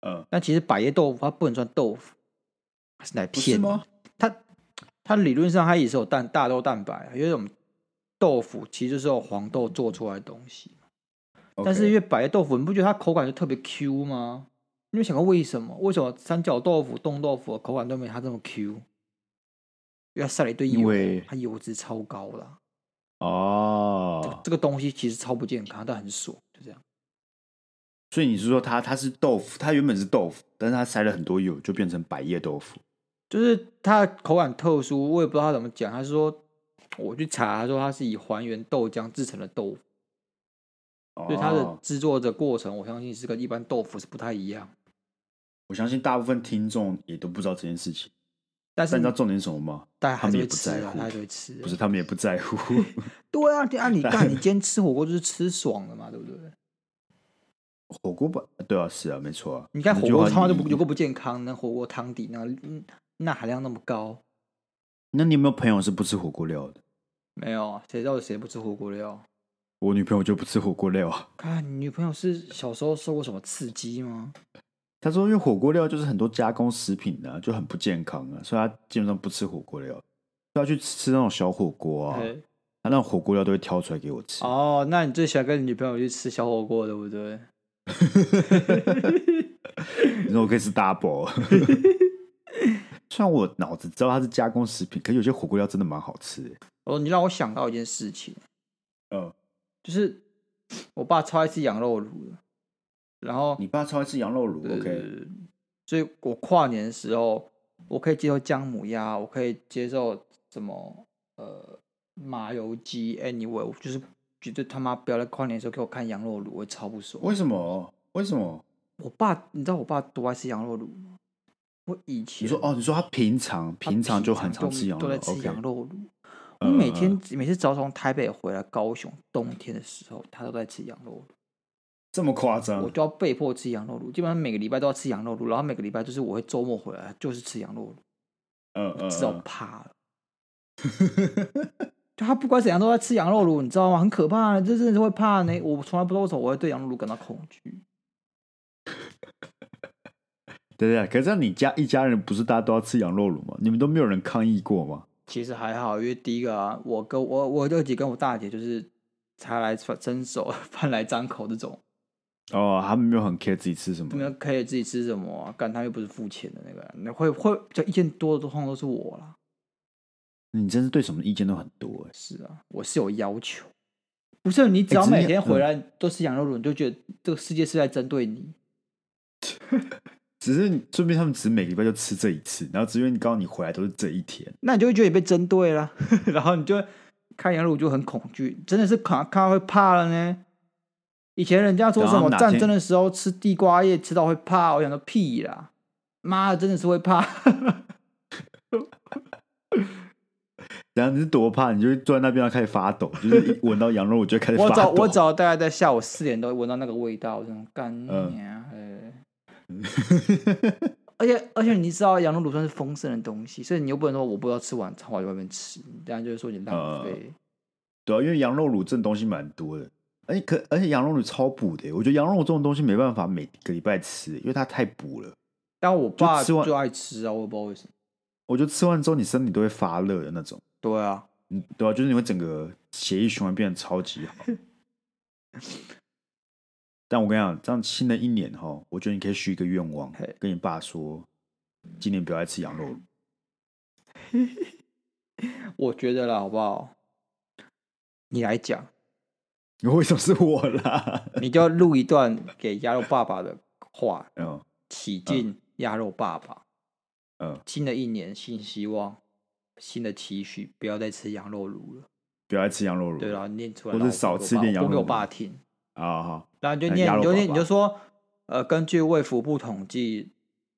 Speaker 1: 嗯，
Speaker 2: 但其实百叶豆腐它不能算豆腐，它是奶
Speaker 1: 不是
Speaker 2: 片
Speaker 1: 吗？
Speaker 2: 它它理论上它也是有蛋大豆蛋白，啊因为我们豆腐其实就是由黄豆做出来的东西。但是因
Speaker 1: OK
Speaker 2: 为白豆腐，你不觉得它口感就特别 Q 吗？你有想过为什么？为什么三角豆腐、冻豆腐的口感都没它这么 Q？因为它晒了一堆
Speaker 1: 因
Speaker 2: 油
Speaker 1: 为，
Speaker 2: 它油脂超高啦。
Speaker 1: 哦，
Speaker 2: 这个东西其实超不健康，但很爽，就这样。
Speaker 1: 所以你是说它它是豆腐，它原本是豆腐，但是它塞了很多油，就变成百叶豆腐。
Speaker 2: 就是它的口感特殊，我也不知道它怎么讲。他说我去查，他说它是以还原豆浆制成的豆腐，
Speaker 1: 哦
Speaker 2: 所以它的制作的过程，我相信是跟一般豆腐是不太一样。
Speaker 1: 我相信大部分听众也都不知道这件事情。
Speaker 2: 但
Speaker 1: 但
Speaker 2: 是
Speaker 1: 你知道重点是什么吗？
Speaker 2: 大家还
Speaker 1: 他
Speaker 2: 是
Speaker 1: 们也
Speaker 2: 会
Speaker 1: 不
Speaker 2: 吃
Speaker 1: 在
Speaker 2: 啊，
Speaker 1: 乎
Speaker 2: 大家还是会吃。
Speaker 1: 不是，他们也不在乎。
Speaker 2: 对啊，对啊，你干，你今天吃火锅就是吃爽了嘛，对不对？
Speaker 1: 火锅吧，对啊，是啊，没错啊。
Speaker 2: 你看
Speaker 1: 那
Speaker 2: 火锅
Speaker 1: 好
Speaker 2: 他妈就
Speaker 1: 你
Speaker 2: 不有够不健康，那火锅汤底那嗯钠含量那么高，
Speaker 1: 那你有没有朋友是不吃火锅料的？
Speaker 2: 没有啊，谁知道谁不吃火锅料？
Speaker 1: 我女朋友就不吃火锅料啊。
Speaker 2: 看你女朋友是小时候受过什么刺激吗？
Speaker 1: 她说，因为火锅料就是很多加工食品啊，就很不健康啊，所以她基本上不吃火锅料，都要去吃那种小火锅啊。
Speaker 2: 对，
Speaker 1: 她那种火锅料都会挑出来给我吃。
Speaker 2: 哦，那你最喜欢跟你女朋友去吃小火锅，对不对？
Speaker 1: 你说我可以吃 double。虽然我脑子知道它是加工食品，可是有些火锅料真的蛮好吃的。
Speaker 2: 哦，你让我想到一件事情，
Speaker 1: 嗯，
Speaker 2: 就是我爸超爱吃羊肉炉的，然后
Speaker 1: 你爸超爱吃羊肉炉
Speaker 2: 对对
Speaker 1: ，OK？
Speaker 2: 对对所以我跨年的时候，我可以接受姜母鸭，我可以接受什么呃麻油鸡，anyway，我就是绝对他妈不要在跨年的时候给我看羊肉炉，我超不爽。
Speaker 1: 为什么？为什么？
Speaker 2: 我爸，你知道我爸多爱吃羊肉炉吗？我以前
Speaker 1: 你说哦，你说他平常
Speaker 2: 他
Speaker 1: 平常就很
Speaker 2: 平
Speaker 1: 常
Speaker 2: 都
Speaker 1: 吃羊肉
Speaker 2: 都在吃
Speaker 1: ，OK？
Speaker 2: 羊肉炉。我
Speaker 1: 嗯
Speaker 2: 每
Speaker 1: 嗯
Speaker 2: 天、每次只要从台北回来高雄，冬天的时候，他都在吃羊肉炉。
Speaker 1: 这么夸张
Speaker 2: 我？就要被迫吃羊肉炉，基本上每个礼拜都要吃羊肉炉，然后每个礼拜就是我会周末回来就是吃羊肉炉，
Speaker 1: 嗯嗯
Speaker 2: 吃到怕了。就他不管怎样都在吃羊肉炉，你知道吗？很可怕，这真的是会怕呢。我从来不知道为什么我会对羊肉炉感到恐惧。
Speaker 1: 对对，可是这样你家一家人不是大家都要吃羊肉炉吗？你们都没有人抗议过吗？
Speaker 2: 其实还好，因为第一个啊，我跟我我二姐跟我大姐就是茶来伸手 饭来张口这种，
Speaker 1: 哦，他们没有很 care 自己吃什
Speaker 2: 你们
Speaker 1: 么。
Speaker 2: 可以自己吃什么、啊，干他又不是付钱的那个，那会会就意见多的通常都是我啦。
Speaker 1: 你真是对什么意见都很多哎、
Speaker 2: 是啊，我是有要求，不是你只要
Speaker 1: 只是
Speaker 2: 每
Speaker 1: 你
Speaker 2: 天回
Speaker 1: 嗯
Speaker 2: 来都吃羊肉炉，你就觉得这个世界是在针对你。
Speaker 1: 只是顺便他们只每个礼拜就吃这一次，然后只因为你告诉你回来都是这一天。
Speaker 2: 那你就会觉得你被针对了， 然后你就看羊肉炉就很恐惧，真的是看看到会怕了呢。以前人家说什
Speaker 1: 然后
Speaker 2: 么
Speaker 1: 哪
Speaker 2: 战
Speaker 1: 天
Speaker 2: 争的时候吃地瓜叶吃到会怕，我想说屁啦，妈的真的是会怕。
Speaker 1: 然后你是多怕，你就会坐在那边然后开始发 抖，就是一闻到羊肉我就开始发
Speaker 2: 我
Speaker 1: 抖。
Speaker 2: 早我早大概在下午四点都闻到那个味道，我这种干你
Speaker 1: 嗯
Speaker 2: 娘、呃而且而且你知道羊肉卤串是丰盛的东西，所以你又不能说我不要吃晚餐，我要去外面吃，这样就是说你
Speaker 1: 呃
Speaker 2: 浪费。
Speaker 1: 对啊，因为羊肉卤这种东西蛮多的，而且可而且羊肉卤超补的耶，欸我觉得羊肉这种东西没办法每个礼拜吃，因为它太补了。
Speaker 2: 但我爸
Speaker 1: 就吃完
Speaker 2: 就爱吃啊，我也不知道为什么。我
Speaker 1: 我觉得吃完之后你身体都会发热的那种，
Speaker 2: 对啊，
Speaker 1: 嗯，对啊，就是你会整个血液循环变得超级好。但我跟你讲，这样新的一年哈，我觉得你可以许一个愿望
Speaker 2: 嘿，
Speaker 1: 跟你爸说，今年不要再吃羊肉了。
Speaker 2: 我觉得啦，好不好？你来讲，
Speaker 1: 你为什么是我啦？
Speaker 2: 你就录一段给鸭肉爸爸的话，
Speaker 1: 嗯
Speaker 2: 起敬鸭肉爸爸。
Speaker 1: 嗯，
Speaker 2: 新的一年新希望，新的期许，不要再吃羊肉卤了。
Speaker 1: 不要再吃羊肉了。
Speaker 2: 对啊，念出来，
Speaker 1: 或
Speaker 2: 然
Speaker 1: 是
Speaker 2: 后
Speaker 1: 少
Speaker 2: 我给我
Speaker 1: 吃一
Speaker 2: 爸
Speaker 1: 点羊
Speaker 2: 我给
Speaker 1: 肉
Speaker 2: 我
Speaker 1: 卤
Speaker 2: 爸听，
Speaker 1: 啊，好，
Speaker 2: 然后就
Speaker 1: 哎
Speaker 2: 念，
Speaker 1: 鸭
Speaker 2: 你
Speaker 1: 肉
Speaker 2: 就
Speaker 1: 爸
Speaker 2: 念，你
Speaker 1: 爸
Speaker 2: 就说，呃，根据卫福部统计，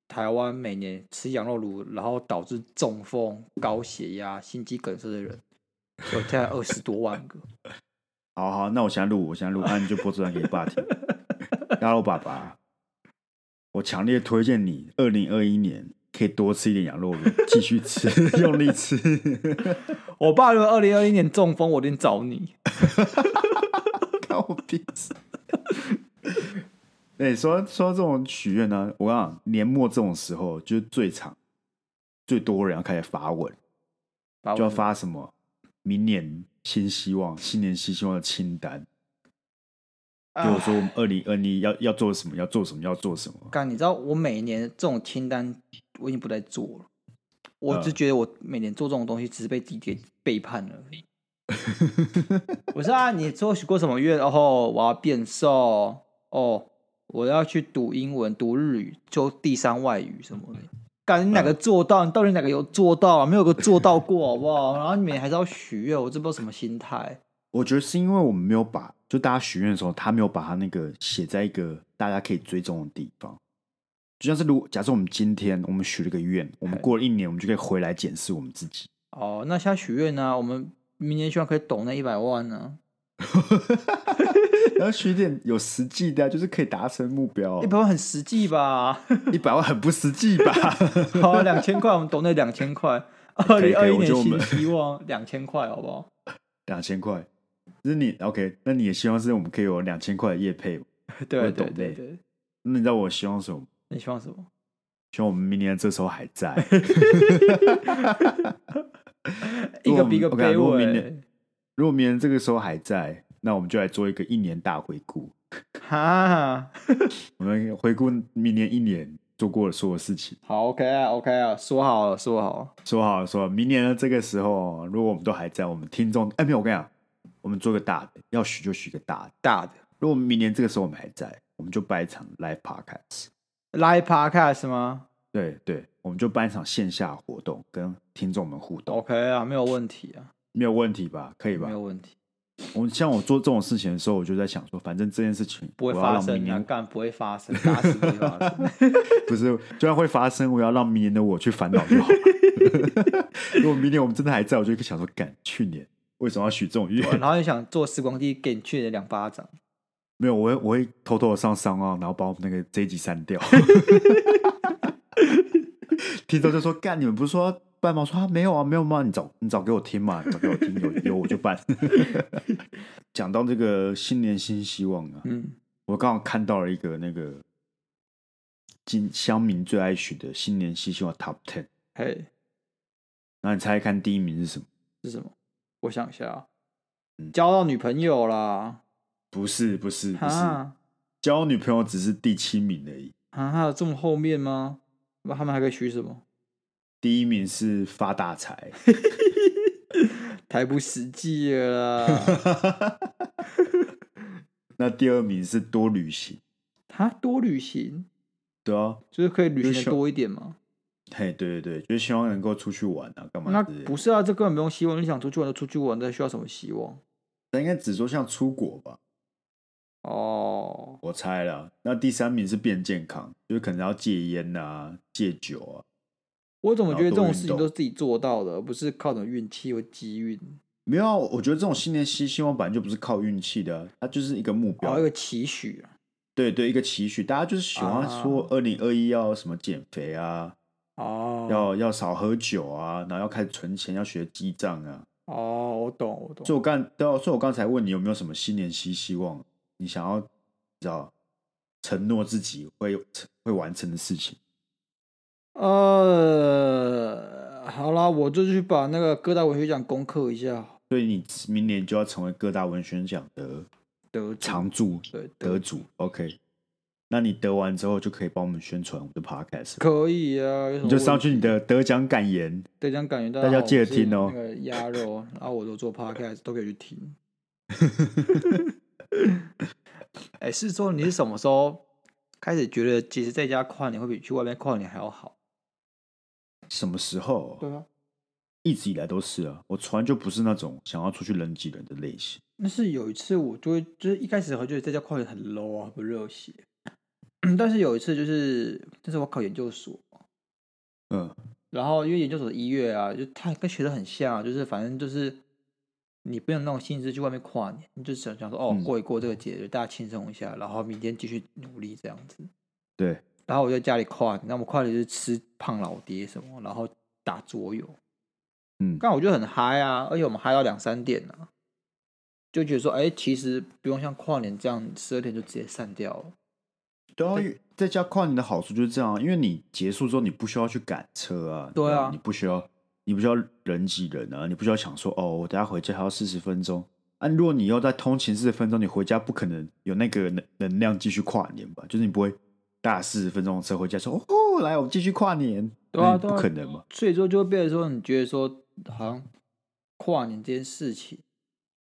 Speaker 2: 台湾每年吃羊肉炉，然后导致中风、高血压、心肌梗塞的人，有大概二十多万个。
Speaker 1: 好好，那我现在录，我现在录，啊那你就播出来给你爸听。鸭肉爸爸，我强烈推荐你，二零二一年可以多吃一点羊肉炉，继续吃，用力吃。
Speaker 2: 我爸如果二零二一年中风，我一定找你。
Speaker 1: 看我屁事。 哎、说到说到这种许愿呢，我跟你讲，年末这种时候就是最长、最多人要开始发文，
Speaker 2: 把我
Speaker 1: 就要发什么明年新希望、新年新希望的清单，
Speaker 2: 啊
Speaker 1: 给我说我们二零二一要要做什么，要做什么，要做什么。
Speaker 2: 干，你知道我每年这种清单我已经不再做了，我只
Speaker 1: 嗯
Speaker 2: 觉得我每年做这种东西只是被自己给背叛了 而已。我说啊，你做许过什么愿？哦，我要变瘦，哦，我要去读英文、读日语，就第三外语什么的。干，你哪个
Speaker 1: 嗯
Speaker 2: 做到？你到底哪个有做到啊？没有个做到过，好不好？然后你每年还是要许愿，我这不知道什么心态。
Speaker 1: 我觉得是因为我们没有把，就大家许愿的时候，他没有把他那个写在一个大家可以追踪的地方。就像是如果假设我们今天我们许了个愿，我们
Speaker 2: 嘿
Speaker 1: 过了一年，我们就可以回来检视我们自己。
Speaker 2: 哦，那现在许愿呢？我们明年希望可以抖那一百万呢、
Speaker 1: 然后许点有实际的啊、就是可以达成目标啊
Speaker 2: 一。百万很实际吧？
Speaker 1: 一百万很不实际吧？
Speaker 2: 好，两千块，我们懂那两千块。二
Speaker 1: 可以
Speaker 2: 零
Speaker 1: 可
Speaker 2: 二
Speaker 1: 以
Speaker 2: 一
Speaker 1: 我觉得
Speaker 2: 年
Speaker 1: 我
Speaker 2: 新
Speaker 1: 们
Speaker 2: 希望两千块，好不好？
Speaker 1: 两千块，就是你 OK？那你也希望是我们可以有两千块的业配吗？
Speaker 2: 对
Speaker 1: 我
Speaker 2: 对
Speaker 1: 懂
Speaker 2: 对
Speaker 1: 内
Speaker 2: 对，
Speaker 1: 那你知道我希望什么吗？
Speaker 2: 你希望什么？
Speaker 1: 希望我们明年这时候还 在。如
Speaker 2: 一
Speaker 1: 果
Speaker 2: 个
Speaker 1: 我
Speaker 2: 比一
Speaker 1: 们
Speaker 2: 个
Speaker 1: OK 啊
Speaker 2: 卑
Speaker 1: 如果明
Speaker 2: 微
Speaker 1: 年。如果明年这个时候还在，那我们就来做一个一年大回顾。
Speaker 2: 哈，
Speaker 1: 我们回顾明年一年做过的所有事情。
Speaker 2: 好，OK 啊，OK 啊，说好了，说好了，
Speaker 1: 说好了说好，明年的这个时候，如果我们都还在，我们听众哎，没有，我跟你讲，我们做个大的，要许就许个大的。
Speaker 2: 大的
Speaker 1: 如果明年这个时候我们还在，我们就办一场 live podcast。
Speaker 2: live podcast 吗
Speaker 1: 对对，我们就办一场线下活动，跟听众们互动，
Speaker 2: ？OK 啊，没有问题啊，
Speaker 1: 没有问题吧？可以吧
Speaker 2: 没？有问题，
Speaker 1: 我们像我做这种事情的时候，我就在想说，反正这件事情
Speaker 2: 不会
Speaker 1: 我要
Speaker 2: 发
Speaker 1: 让明
Speaker 2: 生啊，
Speaker 1: 年
Speaker 2: 干不会发生，打死不会发 生。
Speaker 1: 不是，就算会发生，我要让明年的我去烦 恼就 好了。如果明年我们真的还在，我就想说，干去年为什么要许这种愿？
Speaker 2: 然后又想做时光机给你去的两巴掌，
Speaker 1: 没有，我会我会偷偷的上商啊，然后把我们那个这一集删掉。 听众就说：“干，你们不是说要办吗？”我说：“啊，没有啊，没有嘛，你找你找给我听嘛，你找给我听，有有我就办。” 讲到这个新年新希望啊，
Speaker 2: 嗯，
Speaker 1: 我刚好看到了一个那个金乡民最爱许的新年新希望 Top Ten，
Speaker 2: 嘿，
Speaker 1: 然后你猜看第一名是什么？
Speaker 2: 是什么？我想一下啊
Speaker 1: 嗯，
Speaker 2: 交到女朋友啦，
Speaker 1: 不是，不是，不是，
Speaker 2: 啊。
Speaker 1: 交女朋友只是第七名而已，
Speaker 2: 啊，还有这么后面吗？那他们还可以许什么？
Speaker 1: 第一名是发大财。
Speaker 2: 太不实际了啦！
Speaker 1: 那第二名是多旅行，
Speaker 2: 他多旅行，
Speaker 1: 对啊，
Speaker 2: 就是可以旅行
Speaker 1: 就是希
Speaker 2: 的多一点嘛。
Speaker 1: 嘿，对对对，就是希望能够出去玩啊，干嘛
Speaker 2: 那
Speaker 1: 之类的？
Speaker 2: 不是啊，这根本不用希望。你想出去玩就出去玩，这需要什么希望？
Speaker 1: 那应该只说像出国吧，
Speaker 2: 哦，
Speaker 1: 我猜啦。那第三名是变健康，就是可能要戒烟啊、戒酒啊。
Speaker 2: 我怎么觉得这种
Speaker 1: 然后多运动
Speaker 2: 事情都是自己做到的，而不是靠什么运气或机运，
Speaker 1: 没有啊，我觉得这种新年新希望本来就不是靠运气的啊、它就是一个目
Speaker 2: 然
Speaker 1: 标。
Speaker 2: 后一个期许啊。
Speaker 1: 对对，一个期许，大家就是喜欢说
Speaker 2: 啊
Speaker 1: 二零二一要什么减肥啊，
Speaker 2: 哦，
Speaker 1: 要要少喝酒啊，然后要开始存钱，要学记账啊。
Speaker 2: 哦，我懂，我懂。
Speaker 1: 所以我刚对啊，所以我刚才问你有没有什么新年新希望，你想要你知道承诺自己会会完成的事情。
Speaker 2: 呃，好啦，我就去把那个各大文学奖攻克一下，
Speaker 1: 所以你明年就要成为各大文学奖的
Speaker 2: 得主
Speaker 1: 常驻
Speaker 2: 对
Speaker 1: 得
Speaker 2: 得
Speaker 1: 主。OK，那你得完之后就可以帮我们宣传我们的 Podcast，
Speaker 2: 可以啊，有什么
Speaker 1: 你就
Speaker 2: 问
Speaker 1: 上去你的得奖感言。
Speaker 2: 得奖感言，大
Speaker 1: 大家
Speaker 2: 好
Speaker 1: 记得
Speaker 2: 我是
Speaker 1: 听哦
Speaker 2: 那个鸭肉，然后我都做 podcast 都可以去 听。哎、是说你是什么时候开始觉得，其实在家跨年会比去外面跨年还要好？
Speaker 1: 什么时候？
Speaker 2: 对啊，
Speaker 1: 一直以来都是啊，我从来就不是那种想要出去人挤人的类型。
Speaker 2: 那是有一次我就会，就是一开始我觉得在家跨年很 low 啊，不热血。 但是有一次就是，那时候我考研究所，
Speaker 1: 嗯，
Speaker 2: 然后因为研究所的一月啊，就它跟学的很像啊，就是反正就是你不用那种心思去外面跨年，你就想想说哦
Speaker 1: 嗯，
Speaker 2: 过一过这个节日，大家轻松一下，然后明天继续努力这样子。
Speaker 1: 对，
Speaker 2: 然后我就在家里跨年，那我们跨年就是吃胖老爹什么，然后打桌游。
Speaker 1: 嗯
Speaker 2: 刚好我就很嗨啊，而且我们嗨到两三点啊，就觉得说，哎，其实不用像跨年这样十二点就直接散掉了。
Speaker 1: 对啊，因为在家跨年的好处就是这样啊，因为你结束之后你不需要去赶车啊，
Speaker 2: 对啊
Speaker 1: 你不需要，你不需要人挤人啊，你不需要想说哦，我等下回家还要四十分钟。啊，如果你要在通勤四十分钟，你回家不可能有那个能能量继续跨年吧？就是你不会搭四十分钟的车回家说哦，来我们继续跨年，
Speaker 2: 对啊
Speaker 1: 那你
Speaker 2: 对
Speaker 1: 不
Speaker 2: 啊
Speaker 1: 可能嘛。
Speaker 2: 所以说就会变成说，你觉得说好像跨年这件事情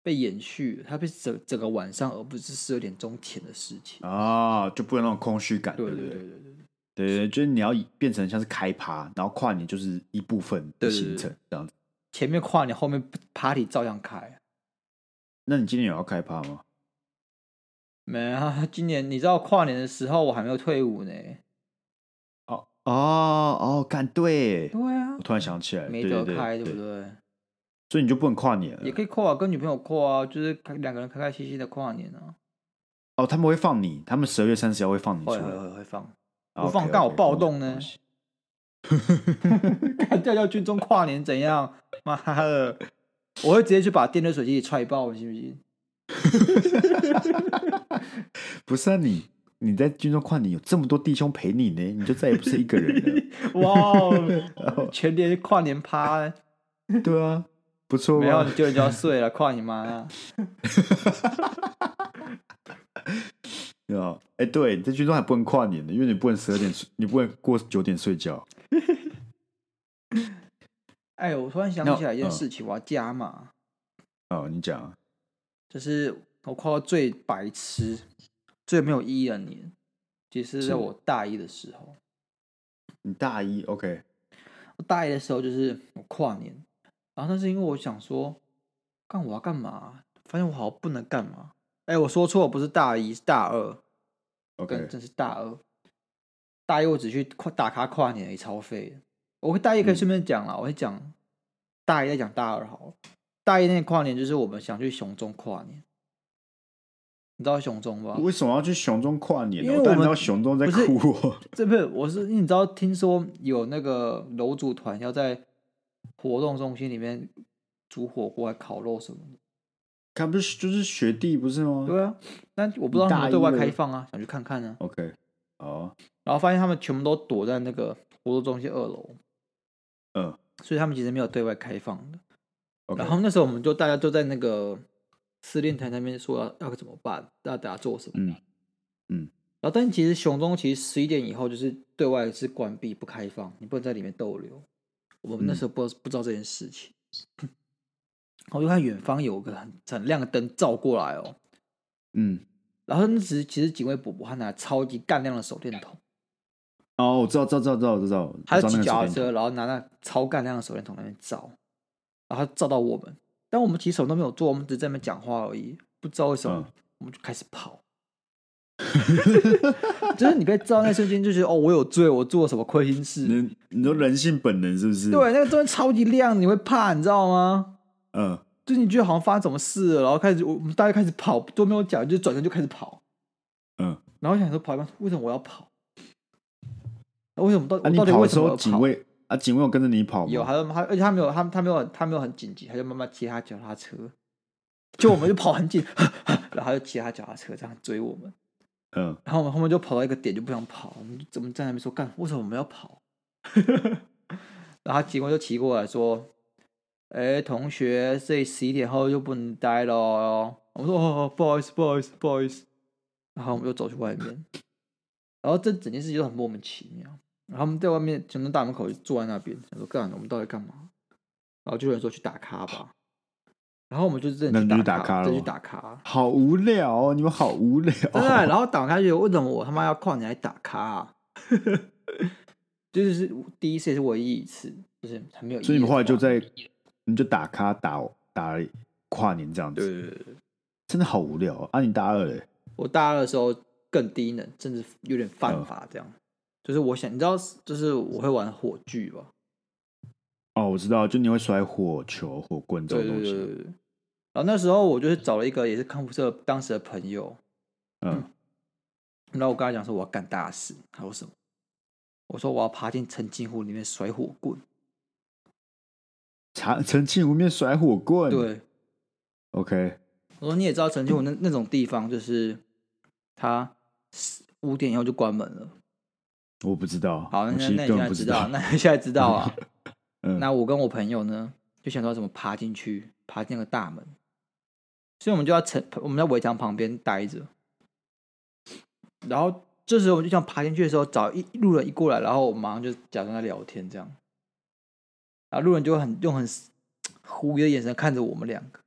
Speaker 2: 被延续，它被整整个晚上，而不是十二点钟前的事情。
Speaker 1: 啊，就不能那种空虚感，
Speaker 2: 对
Speaker 1: 不
Speaker 2: 对对对对，
Speaker 1: 对对，就是你要以变成像是开趴，然后跨年就是一部分的
Speaker 2: 对对
Speaker 1: 行
Speaker 2: 对
Speaker 1: 程这样子。
Speaker 2: 前面跨年，后面 party 照样开。
Speaker 1: 那你今天有要开趴吗？
Speaker 2: 没啊，今年你知道跨年的时候我还没有退伍呢。
Speaker 1: 哦哦哦，干对，
Speaker 2: 对啊
Speaker 1: 我，突然想起来了，
Speaker 2: 没
Speaker 1: 对
Speaker 2: 得
Speaker 1: 对
Speaker 2: 开，
Speaker 1: 对
Speaker 2: 对不对？
Speaker 1: 所以你就不能跨年
Speaker 2: 也
Speaker 1: 了。
Speaker 2: 可以跨啊，跟女朋友跨啊，就是开两个人开开心心的跨年啊。
Speaker 1: 哦，他们会放你，他们十二月三十号会放你出
Speaker 2: 会
Speaker 1: 来，
Speaker 2: 会会会放，
Speaker 1: 啊
Speaker 2: 不放
Speaker 1: OK，OK，
Speaker 2: 干我暴
Speaker 1: 恭喜
Speaker 2: 动呢
Speaker 1: 恭喜
Speaker 2: 干掉掉军中跨年怎样？妈的，我会直接去把电热水器踹爆，你信不信？
Speaker 1: 不是啊，你你在军中跨年有这么多弟兄陪你呢，你就再也不是一个人了。
Speaker 2: 哇哦，全年跨年趴，
Speaker 1: 对啊，不错
Speaker 2: 没有
Speaker 1: 吧
Speaker 2: 你？九点就要睡了，跨你妈呀！
Speaker 1: 对啊，哎，对，你在军中还不能跨年呢，因为你不能十二点睡，你不能过九点睡觉。
Speaker 2: 哎，我突然想
Speaker 1: 那
Speaker 2: 起来一件
Speaker 1: 嗯
Speaker 2: 事情，我要加码，
Speaker 1: 哦，你讲啊，
Speaker 2: 就是我跨到最白痴、最没有意义的年，其实是
Speaker 1: 是
Speaker 2: 在我大一的时候。
Speaker 1: 你大一 OK，
Speaker 2: 我大一的时候就是我跨年，然后但是因为我想说，干我要干嘛？发现我好像不能干嘛。哎，我说错，不是大一，是大二。
Speaker 1: OK，
Speaker 2: 跟真是大二，大一我只去跨打卡跨年也超废的。我会大一可以顺便讲啦，我会讲大一再讲大二好了。大一那天跨年就是我们想去熊中跨年，你知道熊中吧？
Speaker 1: 为什么要去熊中跨年呢？
Speaker 2: 啊因为
Speaker 1: 我当然
Speaker 2: 我
Speaker 1: 知
Speaker 2: 们
Speaker 1: 道熊中在
Speaker 2: 不是
Speaker 1: 哭、哦。
Speaker 2: 这不是我是你知道听说有那个楼主团要在活动中心里面煮火锅、还烤肉什么的。
Speaker 1: 他不是就是学弟不是吗？
Speaker 2: 对啊，但我不知道他
Speaker 1: 大一
Speaker 2: 们对外
Speaker 1: 的
Speaker 2: 开放啊，想去看看啊。
Speaker 1: OK，哦，
Speaker 2: 然后发现他们全部都躲在那个活动中心二楼，
Speaker 1: 嗯
Speaker 2: 所以他们其实没有对外开放的。
Speaker 1: ，OK，
Speaker 2: 然后那时候我们就大家都在那个司令台那边说要要怎么办，要大家做什么。
Speaker 1: 嗯嗯。
Speaker 2: 然后，但其实熊中其实十一点以后就是对外是关闭不开放，你不能在里面逗留。我
Speaker 1: 嗯
Speaker 2: 们那时候不知道、不知道这件事情，我就看远方有个很很亮的灯照过来哦，
Speaker 1: 嗯，
Speaker 2: 然后那只是其实警卫伯伯他拿超级干亮的手电筒，
Speaker 1: 哦，我知道，知道，知道，知道，知道，
Speaker 2: 他就
Speaker 1: 我知道那
Speaker 2: 骑脚啊
Speaker 1: 个
Speaker 2: 踏
Speaker 1: 手电
Speaker 2: 车，
Speaker 1: 筒，
Speaker 2: 然后拿那超干亮的手电筒在那边照，然后他照到我们，但我们其实什么都没有做，我们只是在那边讲话而已，不知道为什么、
Speaker 1: 嗯
Speaker 2: 我们就开始跑。 就是你被照到那瞬间，就觉得哦，我有罪，我做了什么亏心事？
Speaker 1: 你你说人性本能是不是？
Speaker 2: 对，，那个灯超级亮，你会怕，你知道吗？
Speaker 1: 嗯，
Speaker 2: 就是你觉得好像发生什么事了，然后开始我我们大家开始跑，都没有讲，就是转身就开始跑。
Speaker 1: 嗯，
Speaker 2: 然后我想说跑一半，为什么我要跑？为什么到、
Speaker 1: 啊，
Speaker 2: 我
Speaker 1: 你
Speaker 2: 到底
Speaker 1: 跑
Speaker 2: 为
Speaker 1: 的
Speaker 2: 什
Speaker 1: 时
Speaker 2: 么
Speaker 1: 候
Speaker 2: 要
Speaker 1: 警
Speaker 2: 跑？
Speaker 1: 卫啊，警卫有跟着你跑吗？
Speaker 2: 有，还啊有他，而且他没有，他他没有很，他没有很紧急，他就慢慢骑他脚踏车，就我们就跑很紧， 然后他就骑他脚踏车这样追我们，
Speaker 1: 嗯，
Speaker 2: 然后我们后面就跑到一个点就不想跑，我们就怎么站在那边说干，为什么我们要跑？ 然后他警官就骑过来说：“哎，同学，这里十一点后就不能待了哦。”我们说：“哦，不好意思，不好意思，不好意思。”然后我们就走去外面，然后这整件事情就很莫名其妙。然后我们在外面城东大门口就坐在那边，想说干，我们到底干嘛？然后就有人说去打卡吧，然后我们就真
Speaker 1: 那
Speaker 2: 的去
Speaker 1: 你就
Speaker 2: 打
Speaker 1: 打卡
Speaker 2: 就
Speaker 1: 了
Speaker 2: 去
Speaker 1: 吗
Speaker 2: 打卡。
Speaker 1: 好无聊哦，你们好无聊。哦
Speaker 2: 真的、啊然后打开就有为什么我他妈要跨年来打卡、啊？就是 第一次也是唯一一次，就是啊很没有意义的跨年。
Speaker 1: 所以你们后来就在，你就打卡打打跨年这样
Speaker 2: 对
Speaker 1: 子，
Speaker 2: 对对对，
Speaker 1: 真的好无聊哦啊！你大二嘞，
Speaker 2: 我大二的时候更低能，甚至有点
Speaker 1: 嗯
Speaker 2: 犯法这样。就是我想，你知道，就是我会玩火炬吧？
Speaker 1: 哦，我知道，就你会甩火球、火棍这
Speaker 2: 对
Speaker 1: 种
Speaker 2: 对
Speaker 1: 东
Speaker 2: 对对
Speaker 1: 西，啊
Speaker 2: 对。然后那时候我就是找了一个也是康复社当时的朋友，
Speaker 1: 嗯，
Speaker 2: 然后我跟他讲说我要干大事，他说什么？我说我要爬进澄清湖里面甩火棍。
Speaker 1: 茶澄清湖面甩火棍，
Speaker 2: 对，
Speaker 1: ，OK，
Speaker 2: 我说你也知道，澄清湖那那种地方，就是它五点以后就关门了。
Speaker 1: 我不知道，
Speaker 2: 好，
Speaker 1: 我
Speaker 2: 那
Speaker 1: 其
Speaker 2: 那
Speaker 1: 实
Speaker 2: 那
Speaker 1: 根
Speaker 2: 你现
Speaker 1: 本
Speaker 2: 在
Speaker 1: 不
Speaker 2: 知
Speaker 1: 道
Speaker 2: 道，， 那你现在知道啊。
Speaker 1: 嗯
Speaker 2: 那我跟我朋友呢，就想到怎么爬进去，爬进那个大门，所以我们就要城，我们在围墙旁边待着。然后这时候我们就想爬进去的时候，找一路人一过来，然后我马上就假装在聊天这样，然后路人就会很用很狐疑的眼神看着我们两个。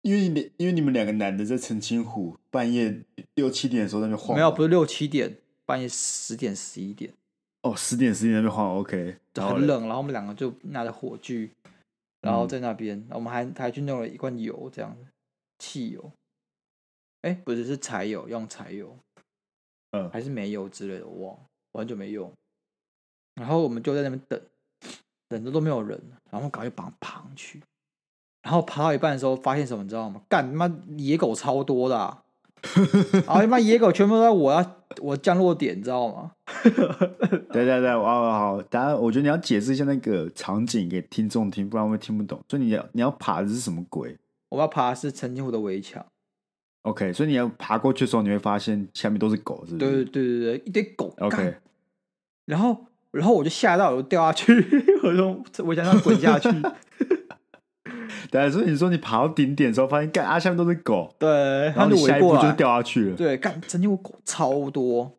Speaker 1: 因为你因为你们两个男的在澄清湖半夜六七点的时候在那边晃，
Speaker 2: 没有，不是六七点，半夜十点十一点，
Speaker 1: 哦，十点十点在那边晃，OK，然后
Speaker 2: 很
Speaker 1: 嘞，嗯
Speaker 2: 冷，然后我们两个就拿着火炬，然后在那边，然后我们还还去弄了一罐油，这样子，汽油，哎，不是是柴油，用柴油
Speaker 1: 嗯
Speaker 2: 还是煤油之类的，我忘了，我很久没用。然后我们就在那边等，等着都没有人，然后赶快把爬上去，然后爬到一半的时候发现什么，你知道吗？干他妈野狗超多 的、啊。然后他妈野狗全部都在我要我降落点，你知道吗？
Speaker 1: 对对对，哦好，当然，我觉得你要解释一下那个场景给听众听，不然会听不懂。所以你要你要爬的是什么鬼
Speaker 2: 我要爬的是澄清湖的围墙。
Speaker 1: ？OK，所以你要爬过去的时候，你会发现下面都是狗，是不
Speaker 2: 对
Speaker 1: 是
Speaker 2: 对对对对，一堆狗。
Speaker 1: o
Speaker 2: 干
Speaker 1: k
Speaker 2: 然后然后我就吓到，我就掉下去， 我从围墙上滚 下去。
Speaker 1: 对，所以你说你爬到顶点的时候，发现干啊下面都是狗，
Speaker 2: 对，
Speaker 1: 然
Speaker 2: 他
Speaker 1: 后
Speaker 2: 就
Speaker 1: 你下
Speaker 2: 围
Speaker 1: 一步
Speaker 2: 过
Speaker 1: 就是
Speaker 2: 来。
Speaker 1: 掉下去了。
Speaker 2: 对，干澄清湖狗超多，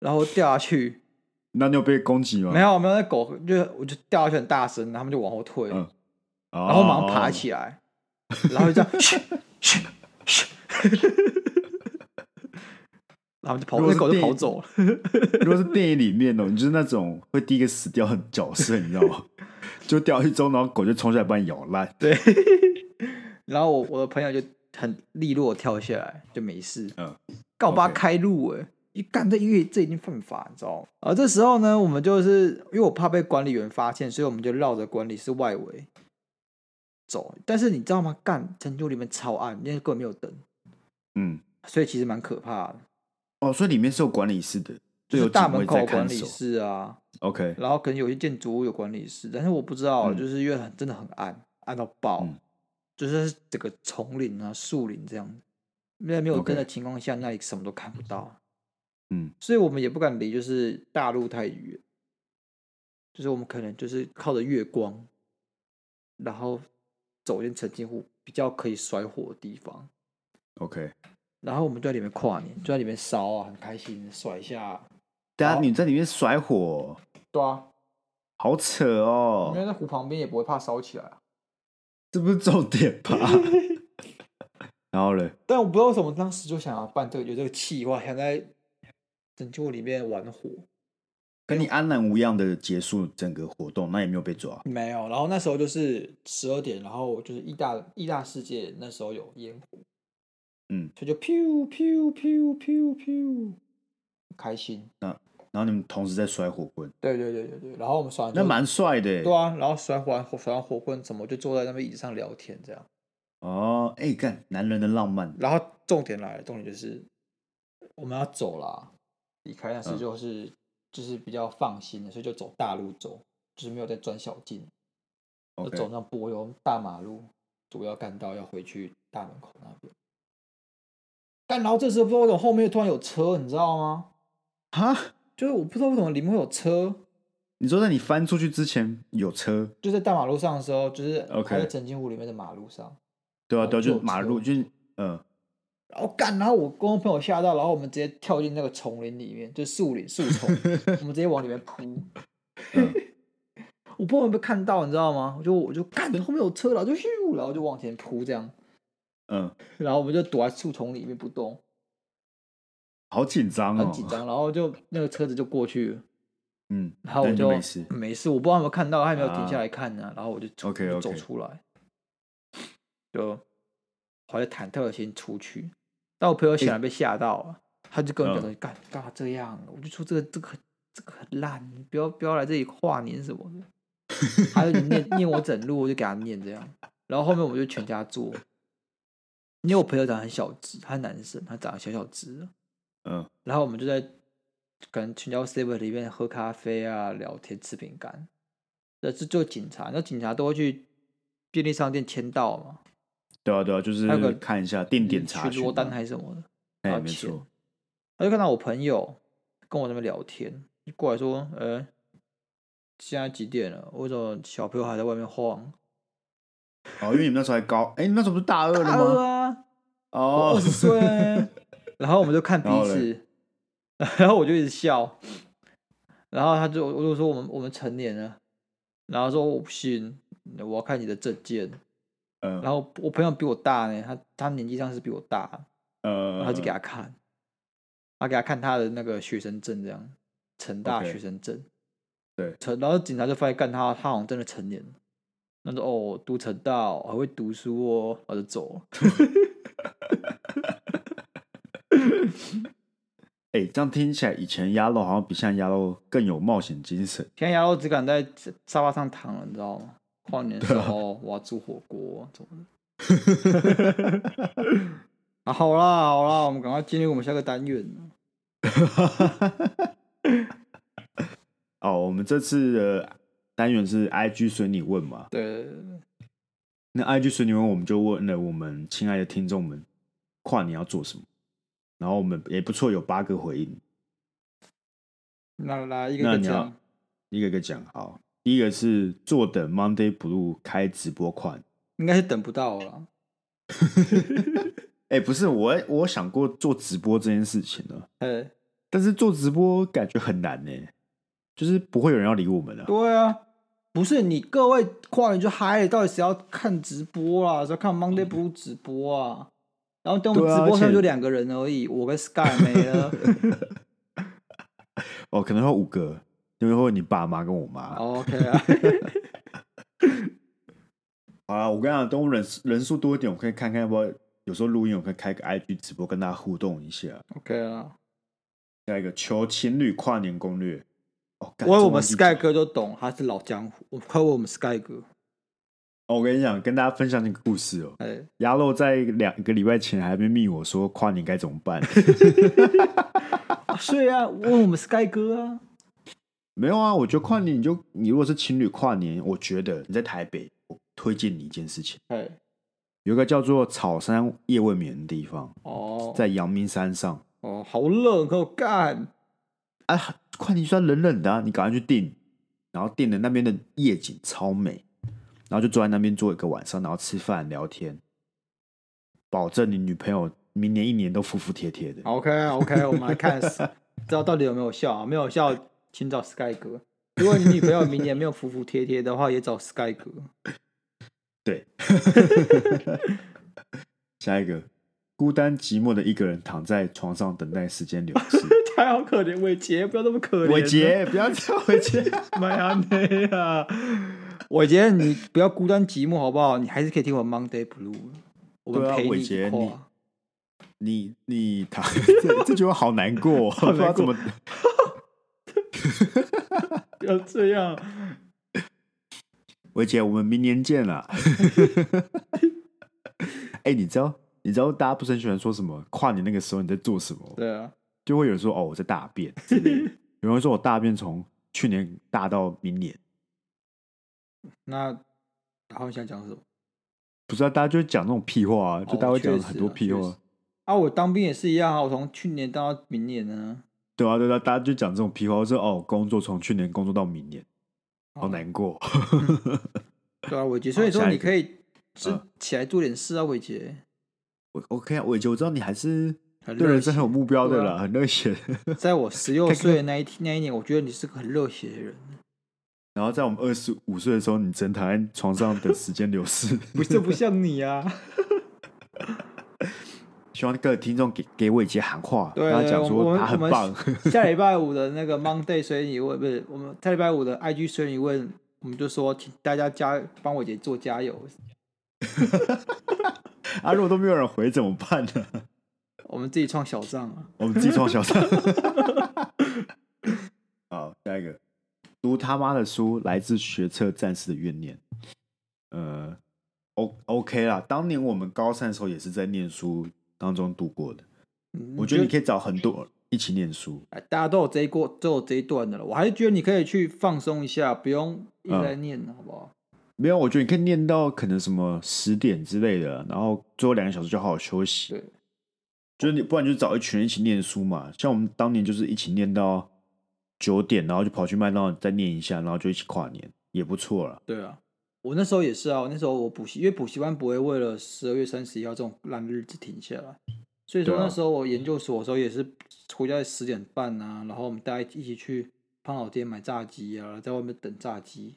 Speaker 2: 然后掉下去，
Speaker 1: 那你有被攻击吗？
Speaker 2: 没有没有，那狗就我就掉下去很大声，然后他们就往后退，
Speaker 1: 嗯哦，
Speaker 2: 然后马上爬起来，然后就这样嘘嘘嘘， 然后就跑，
Speaker 1: 如果
Speaker 2: 那
Speaker 1: 是
Speaker 2: 狗就
Speaker 1: 电
Speaker 2: 跑
Speaker 1: 影
Speaker 2: 走了。
Speaker 1: 哦。 如果是电影里面哦，你就是那种会第一个死掉的角色，你知道 吗？就掉下去之后，然后狗就冲下来把你咬烂。
Speaker 2: 对，然后我我的朋友就很利落地跳下来，就没事。
Speaker 1: 嗯，
Speaker 2: 告八
Speaker 1: OK
Speaker 2: 开路哎、一干这因为这已经犯法，你知道吗？而这时候呢，我们就是因为我怕被管理员发现，所以我们就绕着管理室外围走。但是你知道吗？干成都里面超暗，因为根本没有灯，
Speaker 1: 嗯，
Speaker 2: 所以其实蛮可怕的。
Speaker 1: 哦，所以里面是有管理室的，
Speaker 2: 就
Speaker 1: 对，
Speaker 2: 是
Speaker 1: 有
Speaker 2: 大
Speaker 1: 警
Speaker 2: 门
Speaker 1: 卫
Speaker 2: 口
Speaker 1: 在
Speaker 2: 有管
Speaker 1: 看
Speaker 2: 理
Speaker 1: 守。
Speaker 2: 室啊，
Speaker 1: OK，
Speaker 2: 然后可能有些建筑物有管理室，但是我不知道，
Speaker 1: 嗯
Speaker 2: 就是因为很真的很暗，暗到爆，
Speaker 1: 嗯
Speaker 2: 就是整个丛林啊、树林这样子，在没有灯
Speaker 1: OK
Speaker 2: 的情况下，那里什么都看不到，
Speaker 1: 嗯，
Speaker 2: 所以我们也不敢离就是大陆太远，就是我们可能就是靠着月光，然后走进澄清湖比较可以甩火的地方，
Speaker 1: OK，
Speaker 2: 然后我们就在里面跨年，就在里面烧啊，很开心，甩一下，
Speaker 1: 对啊，
Speaker 2: 好
Speaker 1: 你在里面甩火，
Speaker 2: 对啊，
Speaker 1: 好扯
Speaker 2: 因
Speaker 1: 哦，
Speaker 2: 为在湖旁边也不会怕烧起来啊。
Speaker 1: 这不是重点 吧？然后嘞，
Speaker 2: 但我不知道为什么当时就想要办这个，有这个计划，想在拯救里面玩火。
Speaker 1: 跟你安然无恙的结束整个活动，那也没有被抓。
Speaker 2: 没有，然后那时候就是十二点，然后就是意大意大世界那时候有烟火，
Speaker 1: 嗯，
Speaker 2: 所以就 pew pew pew pew pew，开心。
Speaker 1: 然后你们同时在甩火棍，
Speaker 2: 对对对对对，然后我们耍完
Speaker 1: 那
Speaker 2: 就
Speaker 1: 蛮帅的耶。欸
Speaker 2: 对啊，然后甩完火甩完火棍什么，就坐在那个椅子上聊天这样。
Speaker 1: 哦，哎，看男人的浪漫，
Speaker 2: 然后重点来了，重点就是我们要走啦，离开那时
Speaker 1: 嗯
Speaker 2: 就是、就是比较放心的，所以就走大路走，就是没有再钻小径，就
Speaker 1: OK，
Speaker 2: 走那柏油大马路主要干道要回去大门口那边。但然后这时候不知道为什么后面突然有车，你知道吗？
Speaker 1: 哈，
Speaker 2: 就是我不知道为什么里面会有车，
Speaker 1: 你说在你翻出去之前有车，
Speaker 2: 就在大马路上的时候，就是还
Speaker 1: OK
Speaker 2: 在澄清湖里面的马路上。
Speaker 1: 对啊，
Speaker 2: 哦
Speaker 1: 对啊，
Speaker 2: 就
Speaker 1: 就
Speaker 2: 有
Speaker 1: 是马
Speaker 2: 车
Speaker 1: 路，就是嗯，
Speaker 2: 然后干，然后我跟我朋友吓到，然后我们直接跳进那个丛林里面，就树林树 丛，我们直接往里面扑。
Speaker 1: 嗯
Speaker 2: 我朋友被看到，你知道吗？我就我就干，后面有车了，我就咻，然后就往前扑这样，
Speaker 1: 嗯，
Speaker 2: 然后我们就躲在树丛里面不动，
Speaker 1: 好紧张
Speaker 2: 很
Speaker 1: 哦，
Speaker 2: 紧张，然后就那个车子就过去了，
Speaker 1: 嗯，
Speaker 2: 然后我
Speaker 1: 但
Speaker 2: 就
Speaker 1: 没事，
Speaker 2: 没事，我不知道有没有看到，他也没有停下
Speaker 1: 啊
Speaker 2: 来看呢、然后我就出
Speaker 1: OK，OK
Speaker 2: 我就走出来，就怀着忐忑的心出去。但我朋友显然被吓到了，他就跟我讲
Speaker 1: 嗯
Speaker 2: 说：“干干嘛这样？”啊我就说：“这个这个很这个很烂，你不要不要来这里跨年什么的。”他就念念我整路，我就给他念这样。然后后面我们就全家坐，因为我朋友长得很小只，他是男生，他长得小小只啊的，
Speaker 1: 嗯
Speaker 2: 然后我们就在可能全家 seven 里面喝咖啡啊、聊天、吃饼干。呃，就就警察，那警察都会去便利商店签到嘛，
Speaker 1: 对啊，对啊，就是
Speaker 2: 还有个嗯
Speaker 1: 看一下定点查
Speaker 2: 巡
Speaker 1: 询
Speaker 2: 逻
Speaker 1: 嘛，
Speaker 2: 单还是什么的。
Speaker 1: 哎，
Speaker 2: 道
Speaker 1: 没
Speaker 2: 歉
Speaker 1: 错，
Speaker 2: 他就看到我朋友跟我那边聊天，就过来说：“呃、现在几点了？为什么小朋友还在外面晃？
Speaker 1: 哦，因为你们那时候还高，哎，你们那时候不是大二了
Speaker 2: 大二
Speaker 1: 吗？
Speaker 2: 啊，我
Speaker 1: 哦
Speaker 2: 二十，岁 欸。然后我们就看彼
Speaker 1: 然后
Speaker 2: 此， 然后我就一直笑，然后他就我就说我们我们成年了，然后说我不信，我要看你的证件。
Speaker 1: 嗯
Speaker 2: 然后我朋友比我大呢，他他年纪上是比我大，
Speaker 1: 呃，
Speaker 2: 然后就给他看，
Speaker 1: 嗯
Speaker 2: 他给他看他的那个学生证，这样成大
Speaker 1: OK
Speaker 2: 学生证。
Speaker 1: 对
Speaker 2: 成然后警察就发现干他，他好像真的成年了。那说哦，读成大、哦，还会读书哦，然后就走了。
Speaker 1: 哎，这样听起来，以前鸭肉好像比现在鸭肉更有冒险精 神。
Speaker 2: 现在牙肉只敢在沙发上躺了，你知道吗？跨年的时
Speaker 1: 啊
Speaker 2: 候我要煮火锅，怎么的？啊，好啦好啦，我们赶快进入我们下个单元。
Speaker 1: 哦，我们这次的单元是 IG 随你问嘛？
Speaker 2: 对对对对对
Speaker 1: 那 IG 随你问，我们就问了我们亲爱的听众们，跨年要做什么？然后我们也不错，有八个回应，
Speaker 2: 那来一个
Speaker 1: 那
Speaker 2: 一个
Speaker 1: 你要
Speaker 2: 讲。
Speaker 1: 一个一个讲。好，第一个是坐等 Monday Blue 开直播款。
Speaker 2: 应该是等不到了啦，
Speaker 1: 哎、不是我，我想过做直播这件事情呢，
Speaker 2: 哎，
Speaker 1: 但是做直播感觉很难呢、就是不会有人要理我们的、啊。
Speaker 2: 对啊，不是你各位跨年就嗨了，到底谁要看直播啊？谁要看 Monday Blue 直播啊？然后等我们
Speaker 1: 对啊
Speaker 2: 直播
Speaker 1: 而
Speaker 2: 上
Speaker 1: 且
Speaker 2: 就两个人而已，我跟 Sky 没了，
Speaker 1: 哦，可能会有五个，因为会有你爸妈跟我妈。
Speaker 2: 好 OK 啊，
Speaker 1: 好啦，我跟你讲，等我人数人数多一点，我可以看看要不要有时候录音，我可以开个 IG 直播跟大家互动一下。
Speaker 2: OK 啊，
Speaker 1: 下一个求情侣跨年攻略，哦，干
Speaker 2: 我以为
Speaker 1: 这
Speaker 2: 我们
Speaker 1: 忘记
Speaker 2: Sky
Speaker 1: 讲
Speaker 2: 哥就懂，他是老江湖，我快问我们 Sky 哥，
Speaker 1: 哦，我跟你讲，跟大家分享一个故事哦。
Speaker 2: 哎，
Speaker 1: 鸭肉在两个礼拜前还没密我说跨年该怎么办，
Speaker 2: 啊是啊，问我们 Sky 哥啊，
Speaker 1: 没有啊，我觉得跨年你就你如果是情侣跨年，我觉得你在台北，我推荐你一件事情，
Speaker 2: 哎，
Speaker 1: 有一个叫做草山夜未眠的地方，
Speaker 2: 哦，
Speaker 1: 在阳明山上。
Speaker 2: 哦，好冷，好干，
Speaker 1: 啊，跨年虽然冷冷的、啊，你赶快去订，然后订了那边的夜景超美，然后就坐在那边坐一个晚上，然后吃饭聊天，保证你女朋友明年一年都服服帖帖的。
Speaker 2: OK OK，我们 来看 s- 知道到底有没有效啊？没有效，请找 Sky 哥。如果你女朋友明年没有服服帖帖的话，也找 Sky 哥。
Speaker 1: 对， 下一个，孤单寂寞的一个人躺在床上等待时间流 逝。
Speaker 2: 他好可怜，伟杰，不要那么可怜。
Speaker 1: 伟，杰，不要 叫伟杰。
Speaker 2: 迈阿密啊！伟杰，你不要孤单寂寞好不好？你还是可以听我 Monday Blue，我
Speaker 1: 对
Speaker 2: 们
Speaker 1: 啊
Speaker 2: 陪
Speaker 1: 伟
Speaker 2: 你
Speaker 1: 杰你
Speaker 2: 一跨。
Speaker 1: 你你躺 这这句话好难过、哦，
Speaker 2: 好
Speaker 1: 不
Speaker 2: 难
Speaker 1: 知道怎
Speaker 2: 过
Speaker 1: 么。
Speaker 2: 不 要这样，
Speaker 1: 伟姐，我们明年见了。 哎、你知道你知道大家不是很喜欢说什么跨年那个时候你在做什么？
Speaker 2: 对啊，
Speaker 1: 就会有人说哦我在大便之类的， 有人会说哦我大便从去年大到明年，
Speaker 2: 那然后你想讲什么？
Speaker 1: 不是啊，大家就会讲那种屁话啊，就大家
Speaker 2: 哦
Speaker 1: 会讲
Speaker 2: 确实
Speaker 1: 很多
Speaker 2: 啊
Speaker 1: 屁
Speaker 2: 确
Speaker 1: 话
Speaker 2: 实，啊，我当兵也是一样啊，我从去年当到明年呢、
Speaker 1: 对啊对啊，大家就讲这种屁话，说哦工作从去年工作到明年，好
Speaker 2: 哦
Speaker 1: 难过。
Speaker 2: 对啊，伟杰，所以
Speaker 1: 好
Speaker 2: 说
Speaker 1: 哦下
Speaker 2: 你
Speaker 1: 一个
Speaker 2: 可以是
Speaker 1: 嗯
Speaker 2: 起来做点事啊，伟杰，
Speaker 1: 我 OK 啊，伟杰，我知道你还是
Speaker 2: 很
Speaker 1: 对
Speaker 2: 热
Speaker 1: 人生
Speaker 2: 血。
Speaker 1: 很有目标的
Speaker 2: 对啊
Speaker 1: 啦，很热血。
Speaker 2: 在我十六岁的那一天那一年，我觉得你是个很热血的 人，
Speaker 1: 然后在我们二十五岁的时候，你只能躺在床上等时间流逝。
Speaker 2: 不是不像你啊。
Speaker 1: 希望各位听众给给伟杰喊话，
Speaker 2: 对
Speaker 1: 跟他讲
Speaker 2: 对我
Speaker 1: 说
Speaker 2: 们
Speaker 1: 他很
Speaker 2: 我们
Speaker 1: 棒。
Speaker 2: 下礼拜五的那个 Monday 随你问，不是我们下礼拜五的 IG 随你问，我们就说请大家加帮伟杰做加油。
Speaker 1: 啊，如果都没有人回怎么办呢？
Speaker 2: 我们自己创小账啊，
Speaker 1: 我们自己创小账。 好，下一个，读他妈的书，来自学测战士的怨念。呃，O OK 啦，当年我们高三的时候也是在念书当中度过的。
Speaker 2: 嗯
Speaker 1: 我觉得你可以找很多一起念书，
Speaker 2: 哎，大家都有这一过，都有这一段的了。我还是觉得你可以去放松一下，不用一直
Speaker 1: 嗯
Speaker 2: 在念，好不好？
Speaker 1: 没有，我觉得你可以念到可能什么十点之类的，然后最后两个小时就好好休息。
Speaker 2: 对，
Speaker 1: 就是你，不然就找一群人一起念书嘛。像我们当年就是一起念到九点，然后就跑去麦当劳再念一下，然后就一起跨年，也不错了。
Speaker 2: 对啊，我那时候也是啊，我那时候我补习，因为补习班不会为了十二月三十一号这种烂日子停下来，所以说
Speaker 1: 对啊
Speaker 2: 那时候我研究所的时候也是回家十点半啊，然后我们大家一起去胖老爹买炸鸡啊，在外面等炸鸡，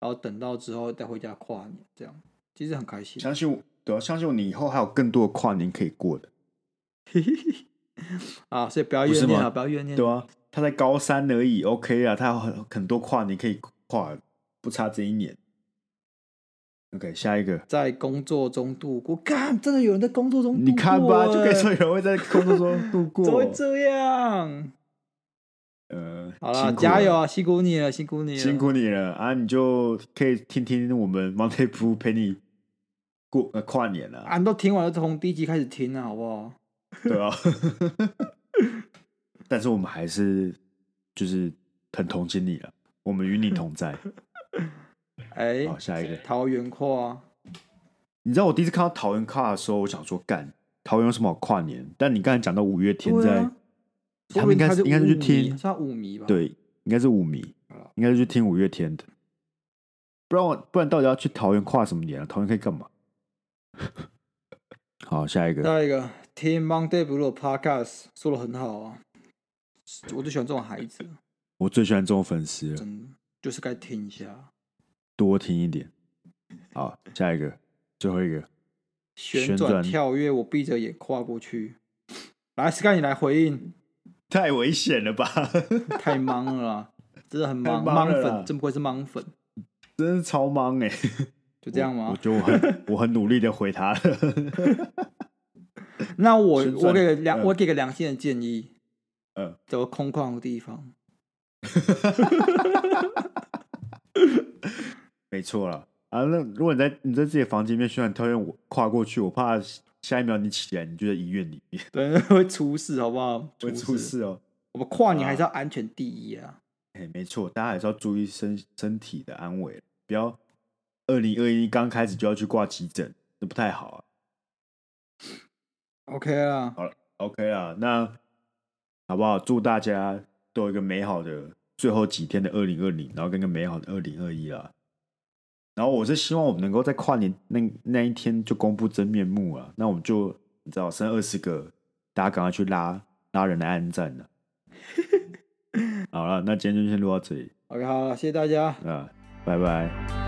Speaker 2: 然后等到之后再回家跨年，这样其实很开心。
Speaker 1: 相信我，对啊，相信我，你以后还有更多的跨年可以过的，
Speaker 2: 啊，所以不要
Speaker 1: 不是
Speaker 2: 怨念啊，
Speaker 1: 吗
Speaker 2: 不要怨念。
Speaker 1: 对啊，他才高三而已，OK 啊，他有很很多跨年可以跨，不差这一年。OK，下一个，
Speaker 2: 在工作中度过，看真的有人在工作中度过、
Speaker 1: 你看吧，
Speaker 2: 欸
Speaker 1: 就可以说有人会在工作中度
Speaker 2: 怎么
Speaker 1: 过
Speaker 2: 会。这样？
Speaker 1: 呃，
Speaker 2: 好啦，
Speaker 1: 辛苦
Speaker 2: 加
Speaker 1: 了
Speaker 2: 油啊！辛苦你了，辛苦你了，
Speaker 1: 辛苦你了啊！你就可以听听我们 Monday Blue 陪你过呃跨年了、
Speaker 2: 啊！你都听完了，从第一集开始听啊了，好不好？
Speaker 1: 对啊。 但是我们还是就是很同情你了，我们与你同 在。
Speaker 2: 哎、
Speaker 1: 好，下一个，
Speaker 2: 桃园跨啊，
Speaker 1: 你知道我第一次看到桃园跨的时候，我想说干桃园有什么好跨年？但你刚才讲到五月天
Speaker 2: 对
Speaker 1: 在，
Speaker 2: 啊
Speaker 1: 他们应该是
Speaker 2: 说不
Speaker 1: 应
Speaker 2: 定
Speaker 1: 该是去
Speaker 2: 舞迷
Speaker 1: 听
Speaker 2: 算五迷吧？，
Speaker 1: 对，应该是五迷，应该是去听五月天的。不然我不然到底要去桃园跨什么年啊？桃园可以干 嘛？好，下一个。
Speaker 2: 下一个听 Monday Blue 的 Podcast 说的很好啊，我最喜欢这种孩子了，
Speaker 1: 我最喜欢这种粉丝了，
Speaker 2: 真的就是该听一下。
Speaker 1: 多听一点。好，下一个，最后一个，
Speaker 2: 旋
Speaker 1: 旋
Speaker 2: 转
Speaker 1: 转
Speaker 2: 跳跃，我闭着眼跨过去。来，Sky，你来回应。
Speaker 1: 太危险了吧？
Speaker 2: 太忙 了啦，真的很
Speaker 1: 太
Speaker 2: 忙，
Speaker 1: 忙了啦
Speaker 2: 盲粉，真不愧是盲粉，
Speaker 1: 真是超忙哎、
Speaker 2: 就这样
Speaker 1: 我
Speaker 2: 吗？
Speaker 1: 觉得我很我很努力的回他了。
Speaker 2: 那我
Speaker 1: 旋转
Speaker 2: 我给个良，
Speaker 1: 嗯
Speaker 2: 我给个良心的建议，
Speaker 1: 嗯，
Speaker 2: 找个空旷的地方，
Speaker 1: 没错了啊。那如果你在你在自己的房间里面旋转跳跃，我跨过去，我怕下一秒你起来，你就在医院里面
Speaker 2: 对， 那会出事，好不好？
Speaker 1: 会出。事哦。
Speaker 2: 我们跨年还是要安全第一啊！
Speaker 1: 哎，没错，大家还是要注意身身体的安危，不要二零二一刚开始就要去挂急诊，这不太好啊。
Speaker 2: OK 啦，
Speaker 1: OK 啦，那好不好？祝大家都有一个美好的最后几天的二零二零，然后跟个美好的二零二一啦。然后我是希望我们能够在跨年那那一天就公布真面目啊，那我们就你知道剩二十个，大家赶快去拉拉人来安赞了。 好了，那今天就先录到这里
Speaker 2: ，OK，好了，谢谢大家。
Speaker 1: 啊，拜拜。